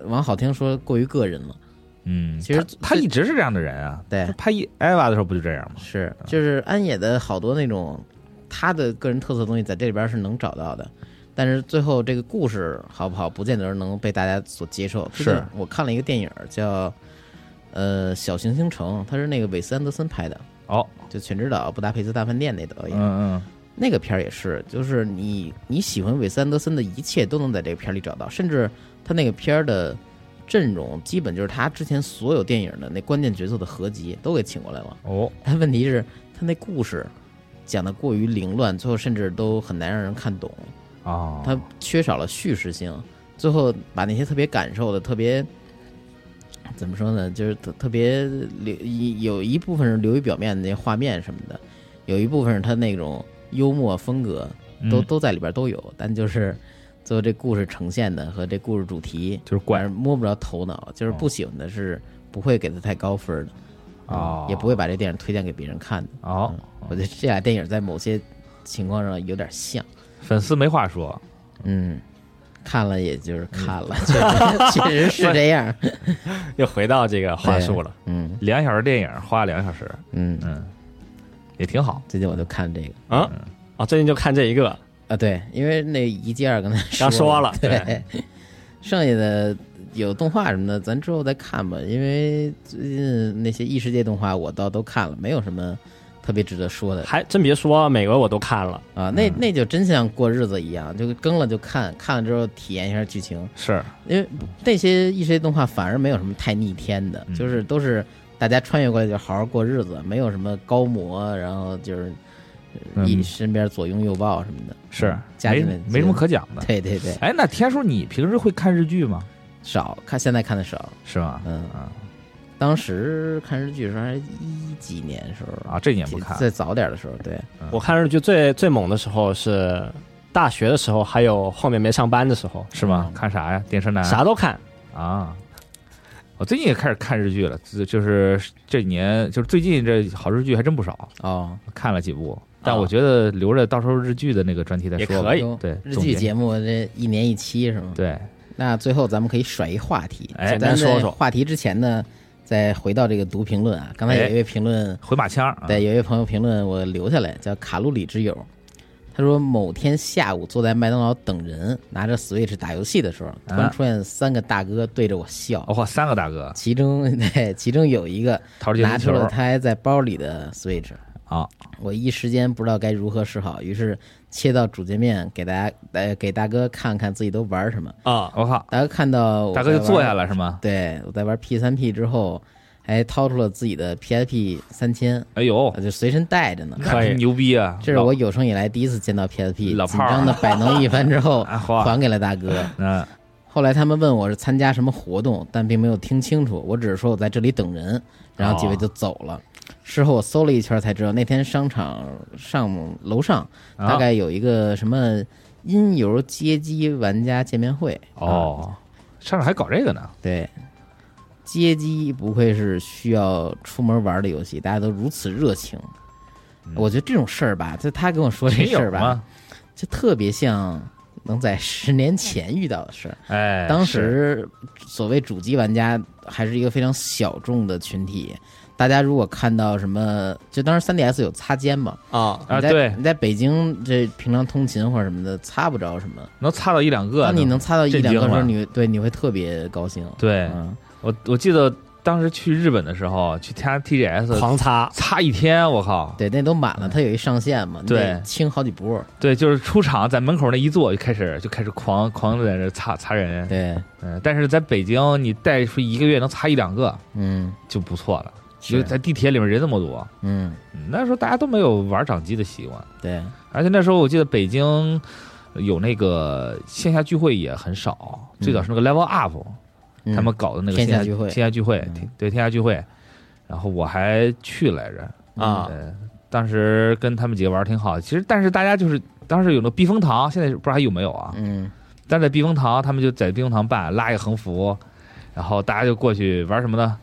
往好听说过于个人了。
嗯，
其实
他他一直是这样的人啊。
对
他拍《艾娃》的时候不就这样吗？
是，就是安野的好多那种他的个人特色东西在这里边是能找到的，但是最后这个故事好不好，不见得能被大家所接受。
是
最近我看了一个电影儿叫呃《小行星城》，它是那个韦斯安德森拍的，
哦，
就《全知道》《布达佩斯大饭店》那导演，
嗯
那个片儿也是，就是你你喜欢韦斯安德森的一切都能在这个片儿里找到，甚至他那个片儿的阵容基本就是他之前所有电影的那关键角色的合集都给请过来了。
嗯，哦，
但问题是，他那故事讲的过于凌乱，最后甚至都很难让人看懂。
哦，
它缺少了叙事性，最后把那些特别感受的、特别怎么说呢，就是特特别留一有一部分是流于表面的那些画面什么的，有一部分是他那种幽默风格
嗯
都、都在里边都有，但就是最后这故事呈现的和这故事主题
就是
反
怪
正摸不着头脑，就是
哦
不喜欢的是不会给他太高分的，
哦
嗯也不会把嗯这电影推荐给别人看的。
嗯
哦，
我觉得这俩电影在某些情况上有点像，
粉丝没话说，
嗯，看了也就是看了，确实确实是这样，
又回到这个嗯 话术了。
嗯
两小时电影花两小时，
嗯。
嗯，也挺好。
最近我就看这个
啊啊，最近就看这一个，
啊，对，因为那一季二刚才说
刚说了，
对，剩下的有动画什么的，咱之后再看吧。因为最近那些异世界动画我倒都看了，没有什么特别值得说的
还真别说，每个我都看了。
啊。那那就真像过日子一样，就更了就看，看了之后体验一下剧情。
是，
因为那些异世界动画反而没有什么太逆天的，
嗯
就是都是大家穿越过来就好好过日子，没有什么高模，然后就是
嗯
一身边左拥右抱什么的。
是
家
没
里面
没什么可讲的。
对对 对，
哎，那天叔，你平时会看日剧吗？
少看现在看的少，
是吗？
嗯
啊
当时看日剧的时候还是一几年的时候，
啊，这年不看
再早点的时候，对，
我看日剧最最猛的时候是大学的时候，还有后面没上班的时候，
是吗？
嗯
看啥呀？电视男
啥都看。
啊？我最近也开始看日剧了，就就是这几年，就是最近这好日剧还真不少，
哦，
看了几部，但
啊
我觉得留着到时候日剧的那个专题再
也
说吧。
可以
哟
对，
日
总
剧
结
节目这一年一期是吗？
对，
那最后咱们可以甩一话题，
简
咱
哎
单
在
说说
话题之前呢，再回到这个读评论啊，刚才有
哎
一位评论，
回马枪啊，
对，有一位朋友评论我留下来，叫卡路里之友。他说某天下午坐在麦当劳等人，拿着 Switch 打游戏的时候，突然
啊
出现三个大哥对着我笑，
哦，三个大 哥，
其中对，其中有一个
桃儿姐
拿
足
出
球
了他还在包里的 Switch，
啊，
我一时间不知道该如何是好，于是切到主界面给大家，呃，给大哥看看自己都玩什么。
啊，
我靠，
大哥看到我
大哥就
在玩
坐下，了是吗？
对我在玩 P 三 P 之后，还掏出了自己的 PSP 三千，呃
哎呦，
就随身带着呢。
那真牛逼啊！
这是
老
我有生以来第一次见到 PSP，
老
紧
炮儿
张的摆弄一番之 后
啊嚯
还给了大哥。
嗯
后来他们问我是参加什么活动，但并没有听清楚，我只是说我在这里等人，然后几
哦
位就走了。事后我搜了一圈才知道，那天商场上楼上
啊
大概有一个什么音游街机玩家见面会，啊
哦，上面还搞这个呢，
对。街机不愧是需要出门玩的游戏，大家都如此热情。我觉得这种事儿吧，就他跟我说这
嗯群
事
友
儿吧，
吗？
就特别像能在十年前遇到的事儿。
哎，
当
是
时所谓主机玩家还是一个非常小众的群体，大家如果看到什么，就当时 3DS 有擦肩嘛，
啊，
啊，
你在
对，
你在北京这平常通勤或者什么的擦不着什么，
能擦到一两个，
当你能擦到一
震
两个
惊
时候，
了
你对你会特别高兴。
对
嗯，
我我记得当时去日本的时候，去参加 TGS，
狂擦，
擦一天，我靠，
对，那都满了，它有一上限嘛，你得
对
清好几波。
对，就是出场在门口那一坐就开始就开始狂狂在那擦擦人，
对，
嗯，但是在北京你带出一个月能擦一两个
嗯
就不错了，
是
就在地铁里面人那么多，
嗯，
嗯那时候大家都没有玩掌机的习惯，
对，
而且那时候我记得北京有那个线下聚会也很少，最早是那个 Level Up，、
嗯
他们搞的那个
天
线
下
下
聚会
线下聚会，
嗯
天对天下聚会，然后我还去来着
啊
呃当时跟他们几个玩儿挺好，其实但是大家就是当时有那个避风塘，现在不知道还有没有啊？
嗯
但在避风塘，他们就在避风塘办拉一个横幅，然后大家就过去玩什么呢？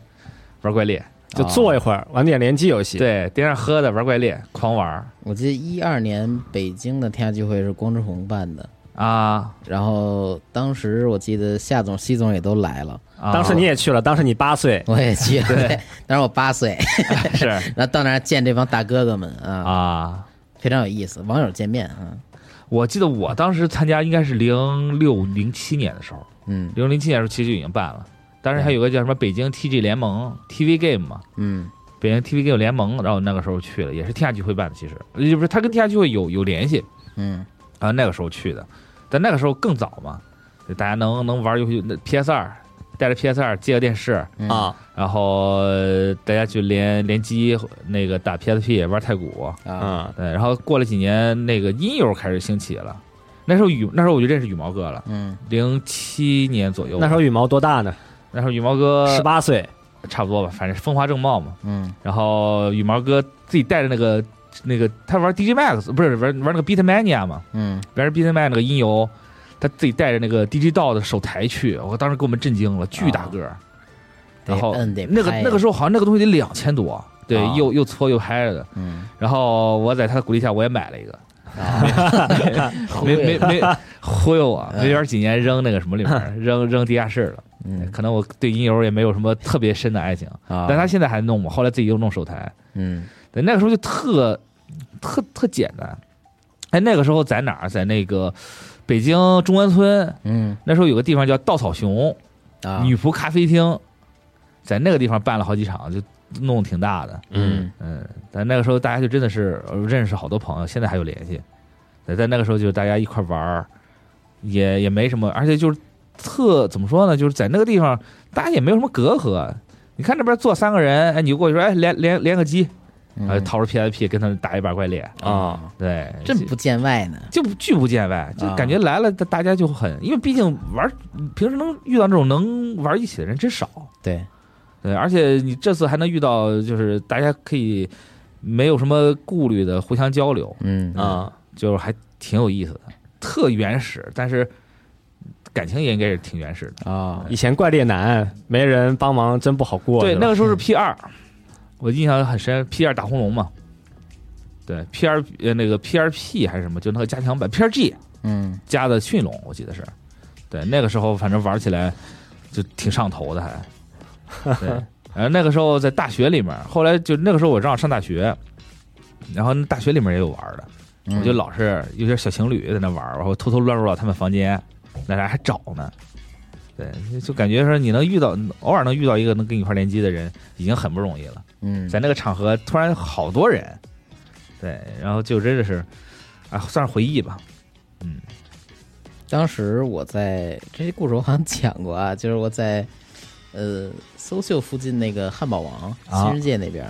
玩怪猎，
就坐一会儿，玩点联机游戏。，
对，点点喝的，玩怪猎，狂玩儿
我记得一二年北京的天下聚会是光之红办的，
啊
然后当时我记得夏总、西总也都来了。
啊！
当时你也去了，当时你八岁，
我也去了，对， 当时我八岁，
是
然后到那儿见这帮大哥哥们啊，
啊。
非常有意思，网友见面啊，
我记得我当时参加应该是零六零七年的时候，
嗯
零零七年的时候其实就已经办了，当时还有个叫什么北京 TG 联盟 TV Game 嘛，
嗯
北京 TV Game 联盟，然后那个时候去了，也是天下聚会办的，其实也不是他跟天下聚会有有联系，
嗯，
然后那个时候去的，但那个时候更早嘛，就大家能能玩游戏，PS 二带着 PS 二接个电视，
嗯
啊
然后呃大家去联联机那个打 PSP 玩太古，
啊，
嗯，
对，然后过了几年那个音游开始兴起了，那时候羽那时候我就认识羽毛哥了。
嗯
零七年左右，
那时候羽毛多大呢？
那时候羽毛哥
十八岁，
差不多吧，反正风华正茂嘛。
嗯
然后羽毛哥自己带着那个那个，他玩 DJ Max 不是玩玩那个 Beatmania 嘛，
嗯，
玩 Beatmania 那个音游，他自己带着那个 DJ 道的手台去，我当时给我们震惊了，巨大个儿，
得
然后
摁得
那个
拍啊
那个时候好像那个东西得两千多，对，
啊
又又搓又拍着的。
嗯，
然后我在他的鼓励下，我也买了一个，
好
没
贵
没
啊
没忽悠我，
嗯
没玩几年扔那个什么里面，扔扔地下室了。
嗯
可能我对音游也没有什么特别深的爱情，
啊，
但他现在还弄嘛，后来自己又弄手台，
嗯
对，那个时候就特特特简单。哎，那个时候在哪儿？在那个北京中关村，
嗯
那时候有个地方叫稻草熊
啊
女仆咖啡厅，在那个地方办了好几场，就弄得挺大的。
嗯，
嗯
嗯，但那个时候大家就真的是呃认识好多朋友，现在还有联系。对，在那个时候就是大家一块玩儿，也也没什么，而且就是特怎么说呢，就是在那个地方大家也没有什么隔阂。你看这边坐三个人，哎，你就过去说，哎，连连连个机，
嗯
啊，掏出 PSP 跟他们打一把怪猎，
啊，
对，
真不见外呢，
就就巨不见外，就
啊
感觉来了，大大家就很，因为毕竟玩平时能遇到这种能玩一起的人真少，
对，
对，而且你这次还能遇到，就是大家可以没有什么顾虑的互相交流，
嗯
啊，
就是还挺有意思的，特原始，但是感情也应该是挺原始的。
啊
哎
以前怪猎难，没人帮忙真不好嗯过。
对，
是
那
吧
个时候是 P 二，我印象很深，P 二打红龙嘛。对，P 二呃那个 P 二 P 还是什么，就那个加强版 P 二 G
嗯
加的驯龙，我记得是。对，那个时候反正玩起来就挺上头的，还。对， 然后那个时候在大学里面，后来就那个时候我正好上大学，然后那大学里面也有玩的，
嗯
我就老是有些小情侣在那玩儿，然后偷偷乱入到他们房间，那啥还找呢。对，就就感觉说你能遇到，偶尔能遇到一个能跟你一块儿联机的人，已经很不容易了。
嗯
在那个场合，突然好多人，对，然后就真的是，啊，算是回忆吧。
当时我在这些故事我好像讲过啊，就是我在呃搜秀附近那个汉堡王
啊
新世界那边，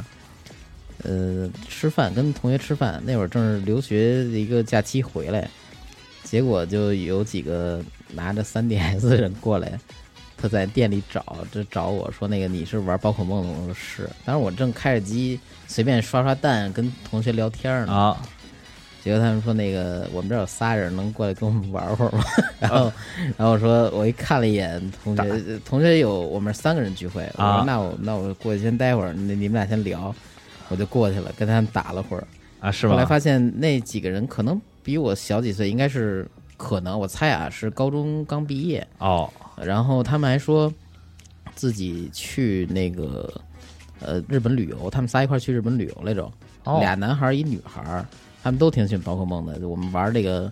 呃吃饭跟同学吃饭，那会儿正是留学的一个假期回来，结果就有几个拿着 3DS 的人过来。他在店里找，这找我说那个你是玩宝可梦的吗？我说是，当时我正开着机随便刷刷蛋，跟同学聊天呢。
啊，
结果他们说那个我们这儿有仨人能过来跟我们玩会儿 吗？然后，然后我说我一看了一眼同学，呃同学有我们三个人聚会，我
啊
说那我那我过去先待会儿，那你们俩先聊，我就过去了跟他们打了会儿。
啊，是
后来
吧？
发现那几个人可能比我小几岁，应该是可能我猜啊是高中刚毕业，
哦，
然后他们还说自己去那个呃日本旅游，他们仨一块儿去日本旅游来着。
哦
俩男孩儿一女孩儿，他们都挺喜欢宝可梦的。我们玩这个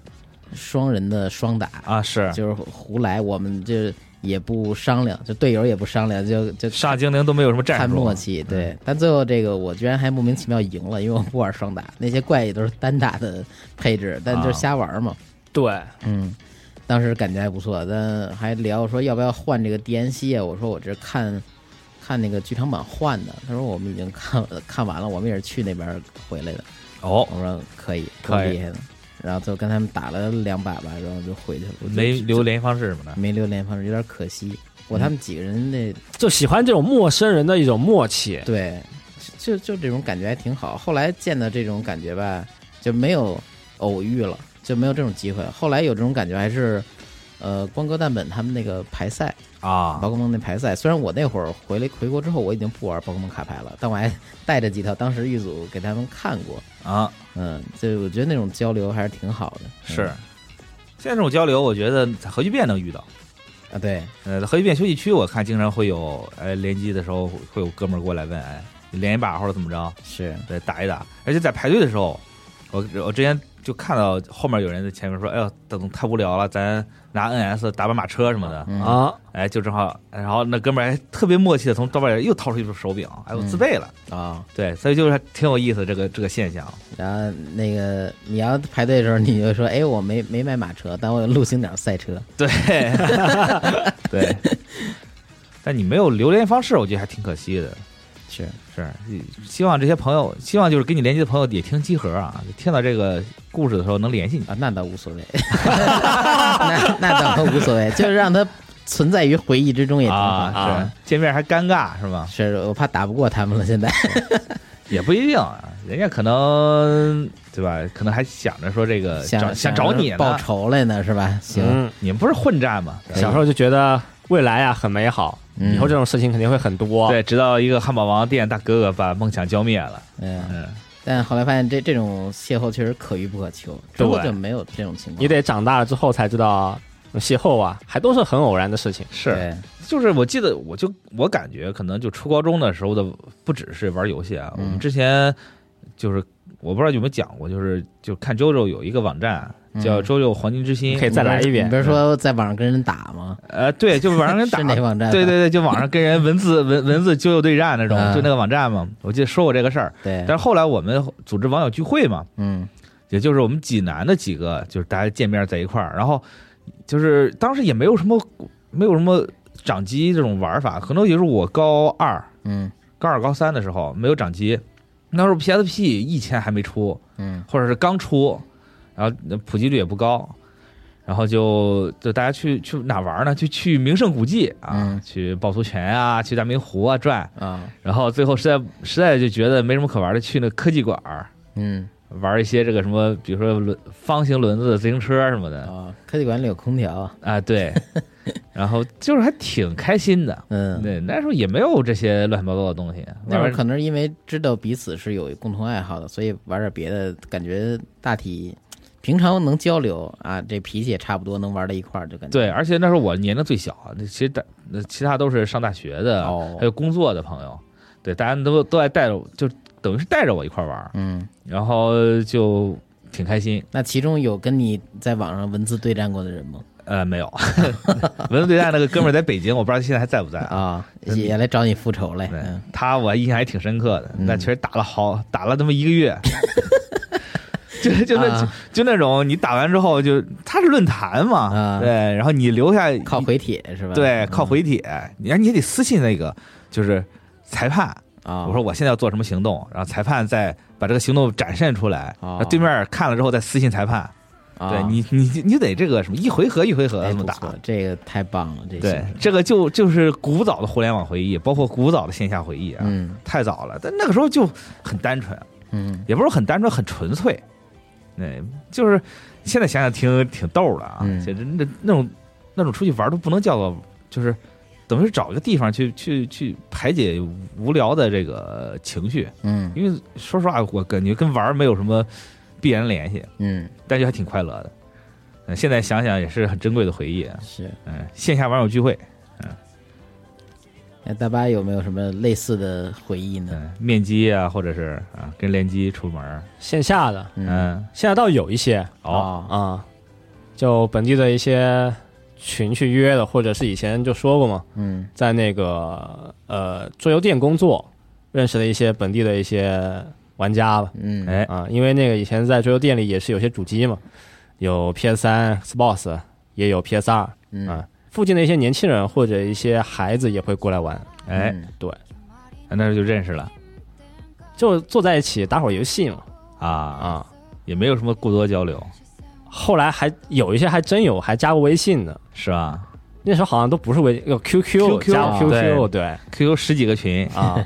双人的双打，
啊，是
就是胡来，我们就也不商量，就队友也不商量，就就
上精灵都没有什么战
看
术，嗯
默契。对，但最后这个我居然还莫名其妙赢了，因为我不玩双打，那些怪也都是单打的配置，但
啊
就是瞎玩嘛。
对，
嗯，当时感觉还不错，但还聊说要不要换这个 DNC 啊？我说我这看看那个剧场版换的，他说我们已经看呃看完了，我们也是去那边回来的。
哦，
我说可以，挺
可以
厉害的。然后就跟他们打了两把吧，然后就回去嗯了。我就
没留联系方式什么的。
没留联系方式，有点可惜。我他们几个人那
就喜欢这种陌生人的一种默
嗯
契。
对，就就这种感觉还挺好。后来见到这种感觉吧，就没有偶遇了，就没有这种机会。后来有这种感觉还是，呃，光哥蛋本他们那个排赛，
啊
宝可梦那排赛。虽然我那会儿回来回国之后我已经不玩宝可梦卡牌了，但我还带着几套当时玉组给他们看过。
啊，
嗯，就我觉得那种交流还是挺好的。嗯
是。现在这种交流，我觉得在核聚变能遇到。
啊，对，
呃，核聚变休息区，我看经常会有，呃，联机的时候会有哥们儿过来问，哎，你连一把或者怎么着，
是，
对，打一打。而且在排队的时候，我我之前就看到后面有人在前面说，哎呦，等太无聊了，咱拿 NS 打把马车什么的，
嗯
啊，
哎，就正好，然后那哥们儿还特别默契的从兜里又掏出一副手柄，哎，我自备了，
啊，
对，所以就是还挺有意思这个这个现象，
然后那个你要排队的时候，你就说，哎，我没没买马车，但我有陆行鸟赛车。
对，对。 但你没有留联系方式，我觉得还挺可惜的。
是，
是，希望这些朋友，希望就是跟你联系的朋友也听集合啊，听到这个故事的时候能联系你。
啊，那倒无所谓， 那那倒无所谓，就是让它存在于回忆之中也挺好。
啊，是见面还尴尬是吗？
是我怕打不过他们了，现在
也不一定啊，人家可能对吧？可能还想着说这个呃找
想
想找你
报
呢。
仇来呢，是吧？行，
嗯，
你们不是混战吗？
小时候就觉得未来啊很美好，
嗯
以后这种事情肯定会很多。
对，直到一个汉堡王店大哥哥把梦想浇灭了。
嗯，
嗯，
但后来发现这这种邂逅确实可遇不可求，之后
对
就没有这种情况。
你得长大了之后才知道，邂逅啊，还都是很偶然的事情。
是，
对，
就是我记得，我就我感觉可能就初高中的时候的，不只是玩游戏啊，
嗯
我们之前就是我不知道有没有讲过，就是就看周周有一个网站叫
嗯
周周黄金之星
可以，再来一遍
你不是说在网上跟人打吗？
呃，对，就是网上嗯 跟
是哪
打。
网站？
对对对，就网上跟人文字文文字纠友对战那种，
嗯
就那个网站嘛，我记得说过这个事儿。
对，
但是后来我们组织网友聚会嘛，
嗯
也就是我们济南的几个，就是大家见面在一块儿，然后就是当时也没有什么没有什么掌机这种玩法，可能也是我高二、
嗯
高二、高三的时候没有掌机，那时候 PSP 一千还没出，
嗯
或者是刚出，然后普及率也不高，然后就就大家去去哪玩呢？就去名胜古迹啊，
嗯
去趵突泉啊，去大明湖啊转，
啊
然后最后实在实在就觉得没什么可玩的，去那科技馆儿。
嗯
玩一些这个什么，比如说轮方形轮子的自行车什么的
啊，科技馆里有空调，
啊， 对，然后就是还挺开心的。
嗯，
对，那时候也没有这些乱七八糟的东西，
那会
玩玩
儿可能是因为知道彼此是有共同爱好的，所以玩点别的，感觉大体平常能交流啊，这脾气也差不多，能玩到一块儿，就感觉
对，而且那时候我年龄最小，啊那其实大那其他都是上大学的，
哦
还有工作的朋友，对，大家都都爱带着我，就等于是带着我一块玩，
嗯，
然后就挺开心。
那其中有跟你在网上文字对战过的人吗？
呃，没有，文字对战那个哥们儿在北京，我不知道现在还在不在啊。
啊，
嗯
也来找你复仇来，
对
嗯，
他我印象还挺深刻的，
嗯
那确实打了好打了那么一个 月，就就那、
啊
就那种你打完之后就他是论坛嘛，
啊
对，然后你留下
靠回帖是吧？嗯
对靠回帖，你你也得私信那个就是裁判，
啊，
我说我现在要做什么行动，然后裁判再把这个行动展现出来，
哦
然后对面看了之后再私信裁判，
啊
对你你你得这个什么一回合一回合
哎
这
不
么打。
错，这个太棒了，这
对
形，式
这个就就是古早的互联网回忆，包括古早的线下回忆啊。
嗯
太早了，但那个时候就很单纯，
嗯
也不是很单纯，很纯粹。对，就是现在想想挺挺逗的啊，
嗯
简直那那种那种出去玩都不能叫做，就是等于是找一个地方去去去排解无聊的这个情绪，
嗯
因为说实话，我感觉跟玩儿没有什么必然联系，
嗯，
但就还挺快乐的。嗯，现在想想也是很珍贵的回忆。
是。
嗯，线下网友聚会，
那哎大巴有没有什么类似的回忆呢？
嗯，面基啊，或者是啊，跟联机出门儿，
线下的
嗯，
嗯，
现在倒有一些
哦，
啊、
哦，
就本地的一些群去约的，或者是以前就说过嘛，
嗯
在那个呃桌游店工作，认识了一些本地的一些玩家吧。
嗯，
哎，
啊、因为那个以前在桌游店里也是有些主机嘛，有 PS 三、Xbox，也有 PS 二、
嗯
啊。附近的一些年轻人或者一些孩子也会过来玩，
哎，
嗯
对，
那时候就认识了
就坐在一起打会儿游戏嘛
啊啊，
啊。
也没有什么过多交流，
后来还有一些还真有还加过微信的，
是吧
那时候好像都不是微，有 QQ
QQ
加
啊
QQ 对
？QQ 十几个群，
啊，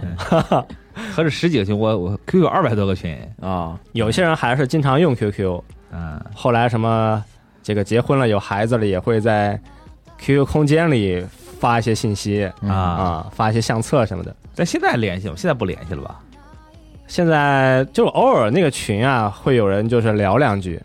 何止十几个群，我我 QQ 二百多个群，
哦，
啊有些人还是经常用 QQ，
嗯，
后来什么这个结婚了有孩子了也会在 QQ 空间里发一些信息
嗯
啊，
啊，发一些相册什么的。
但现在联系吗？现在不联系了吧？
现在就偶尔那个群啊，会有人就是聊两句，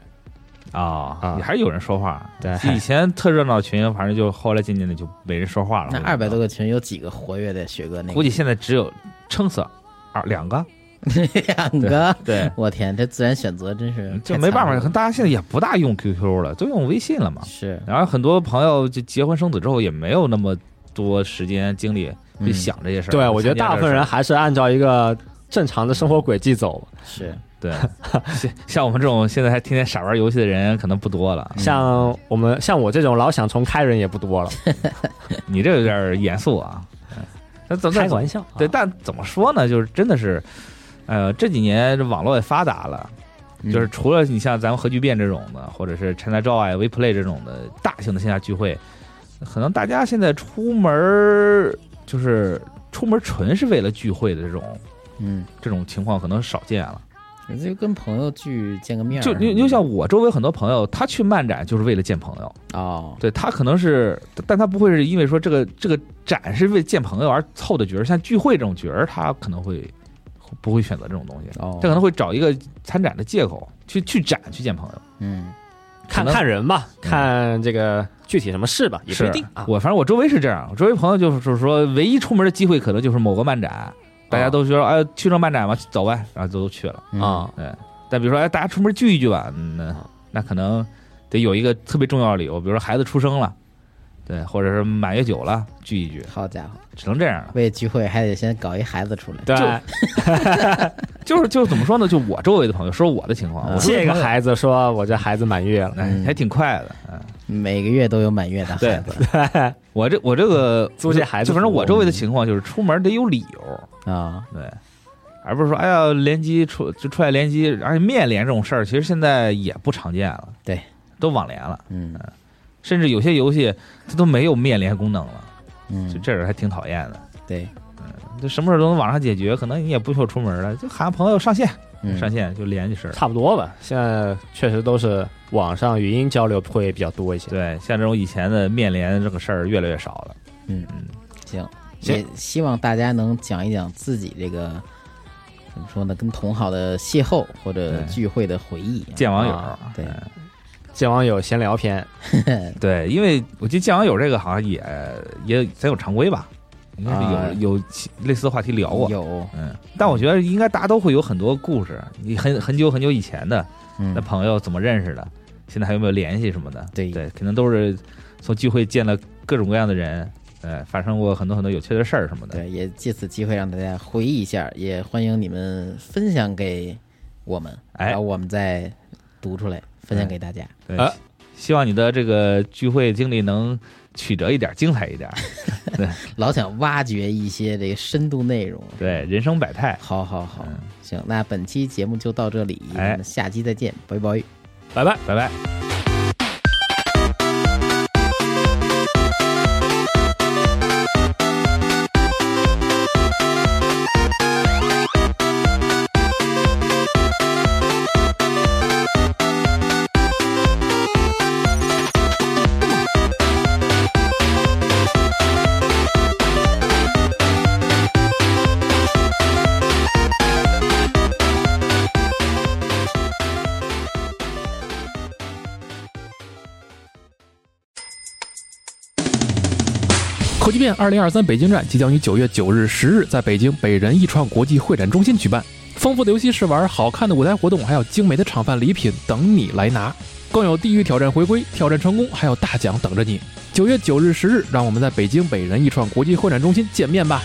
啊
啊，
也还是有人说话，
对
就以前特热闹群，反正就后来渐渐的就没人说话了。
那
我
二百多个群有几个活跃的？雪哥那个
估计现在只有撑死二两个，
两个，
对，
我天，这自然选择真是
就
嗯太
没办法，
残酷了
大家现在也不大用 QQ 了，都用微信了嘛。
是
然后很多朋友就结婚生子之后，也没有那么多时间精力去
嗯
想这些事儿。
对我觉得
参加
大
这
部分
事儿
人还是按照一个正常的生活轨迹走，
是，
对， 像像我们这种现在还天天傻玩游戏的人可能不多了。
像我们像我这种老想重开人也不多了，
你这有点严肃啊。那怎
开
么
个玩笑啊，
对，但怎么说呢？就是真的是，呃，这几年这网络也发达了，
嗯
就是除了你像咱们核聚变这种的，或者是 China Joy、WePlay 这种的大型的线下聚会，可能大家现在出门儿就是出门纯是为了聚会的这种
嗯
这种情况可能少见了。
你就跟朋友聚见个面儿什
就
么的，
你就像我周围很多朋友，他去漫展就是为了见朋友，
哦，
对他可能是，但他不会是因为说这个这个展是为见朋友而凑的角儿，像聚会这种角儿，他可能会不会选择这种东西，
哦，
他可能会找一个参展的借口去去展去见朋友。
嗯，
看
可能嗯
看人吧，看这个具体什么事吧，也不一
是
定啊。
我反正我周围是这样，我周围朋友就是就是说，唯一出门的机会可能就是某个漫展，大家都觉得哎去这漫展吧，走吧，然后都去了。
嗯
啊，
对，但比如说哎大家出门聚一聚吧，嗯那那可能得有一个特别重要的理由，比如说孩子出生了，对，或者是满月酒了，聚一聚，
好家伙，
只能这样了。
为聚会还得先搞一孩子出来，
对，
就是就是怎么说呢？就我周围的朋友说我的情况，
嗯
我周围
这
的
个
朋友
孩子说我这孩子满月了，
嗯
哎还挺快的，嗯。
每个月都有满月的孩子
我这我这个
嗯租借孩子
就反正我
服务嗯
周
嗯
围的情况就是出门得有理由，
啊，
对，而不是说哎呀联机出就出来联机，而且面联这种事儿，其实现在也不常见了，
对，
都网联了，
嗯
甚至有些游戏它都没有面联功能了，就
嗯，
这人还挺讨厌的。
对，
这什么事儿都能网上解决，可能你也不需要出门了，就喊朋友上线，
嗯
上线就联就是了。
差不多吧。现在确实都是网上语音交流会比较多一些。
对，像这种以前的面联这个事儿越来越少了。
嗯行，
行
也希望大家能讲一讲自己这个怎么说呢，跟同好的邂逅或者
对
聚会的回忆啊。
哎见网友，
啊
对
见网友闲聊篇，
对，因为我记得见网友这个好像也也咱有常规吧，应该是有、
啊
有其类似的话题聊过。
有，
嗯，但我觉得应该大家都会有很多故事，你很很久很久以前的
嗯
那，朋友怎么认识的，现在还有没有联系什么的，
对
对，可能都是从聚会见了各种各样的人，呃，发生过很多很多有趣的事儿什么的。
对，也借此机会让大家回忆一下，也欢迎你们分享给我们，
哎
然后我们再读出来分享给大家。
对，
啊
希望你的这个聚会经历能曲折一点，精彩 一点，
老想挖掘一些这个深度内容。
对，人生百态，
好好好
嗯，
行，那本期节目就到这里，我
哎
们下期再见，拜拜。
拜拜。
拜拜。
科技变二零二三北京站即将于九月九日、十日在北京北人艺创国际会展中心举办。丰富的游戏试玩、好看的舞台活动，还有精美的厂饭礼品等你来拿，更有地狱挑战回归、挑战成功，还有大奖等着你。九月九日、十日，让我们在北京北人艺创国际会展中心见面吧！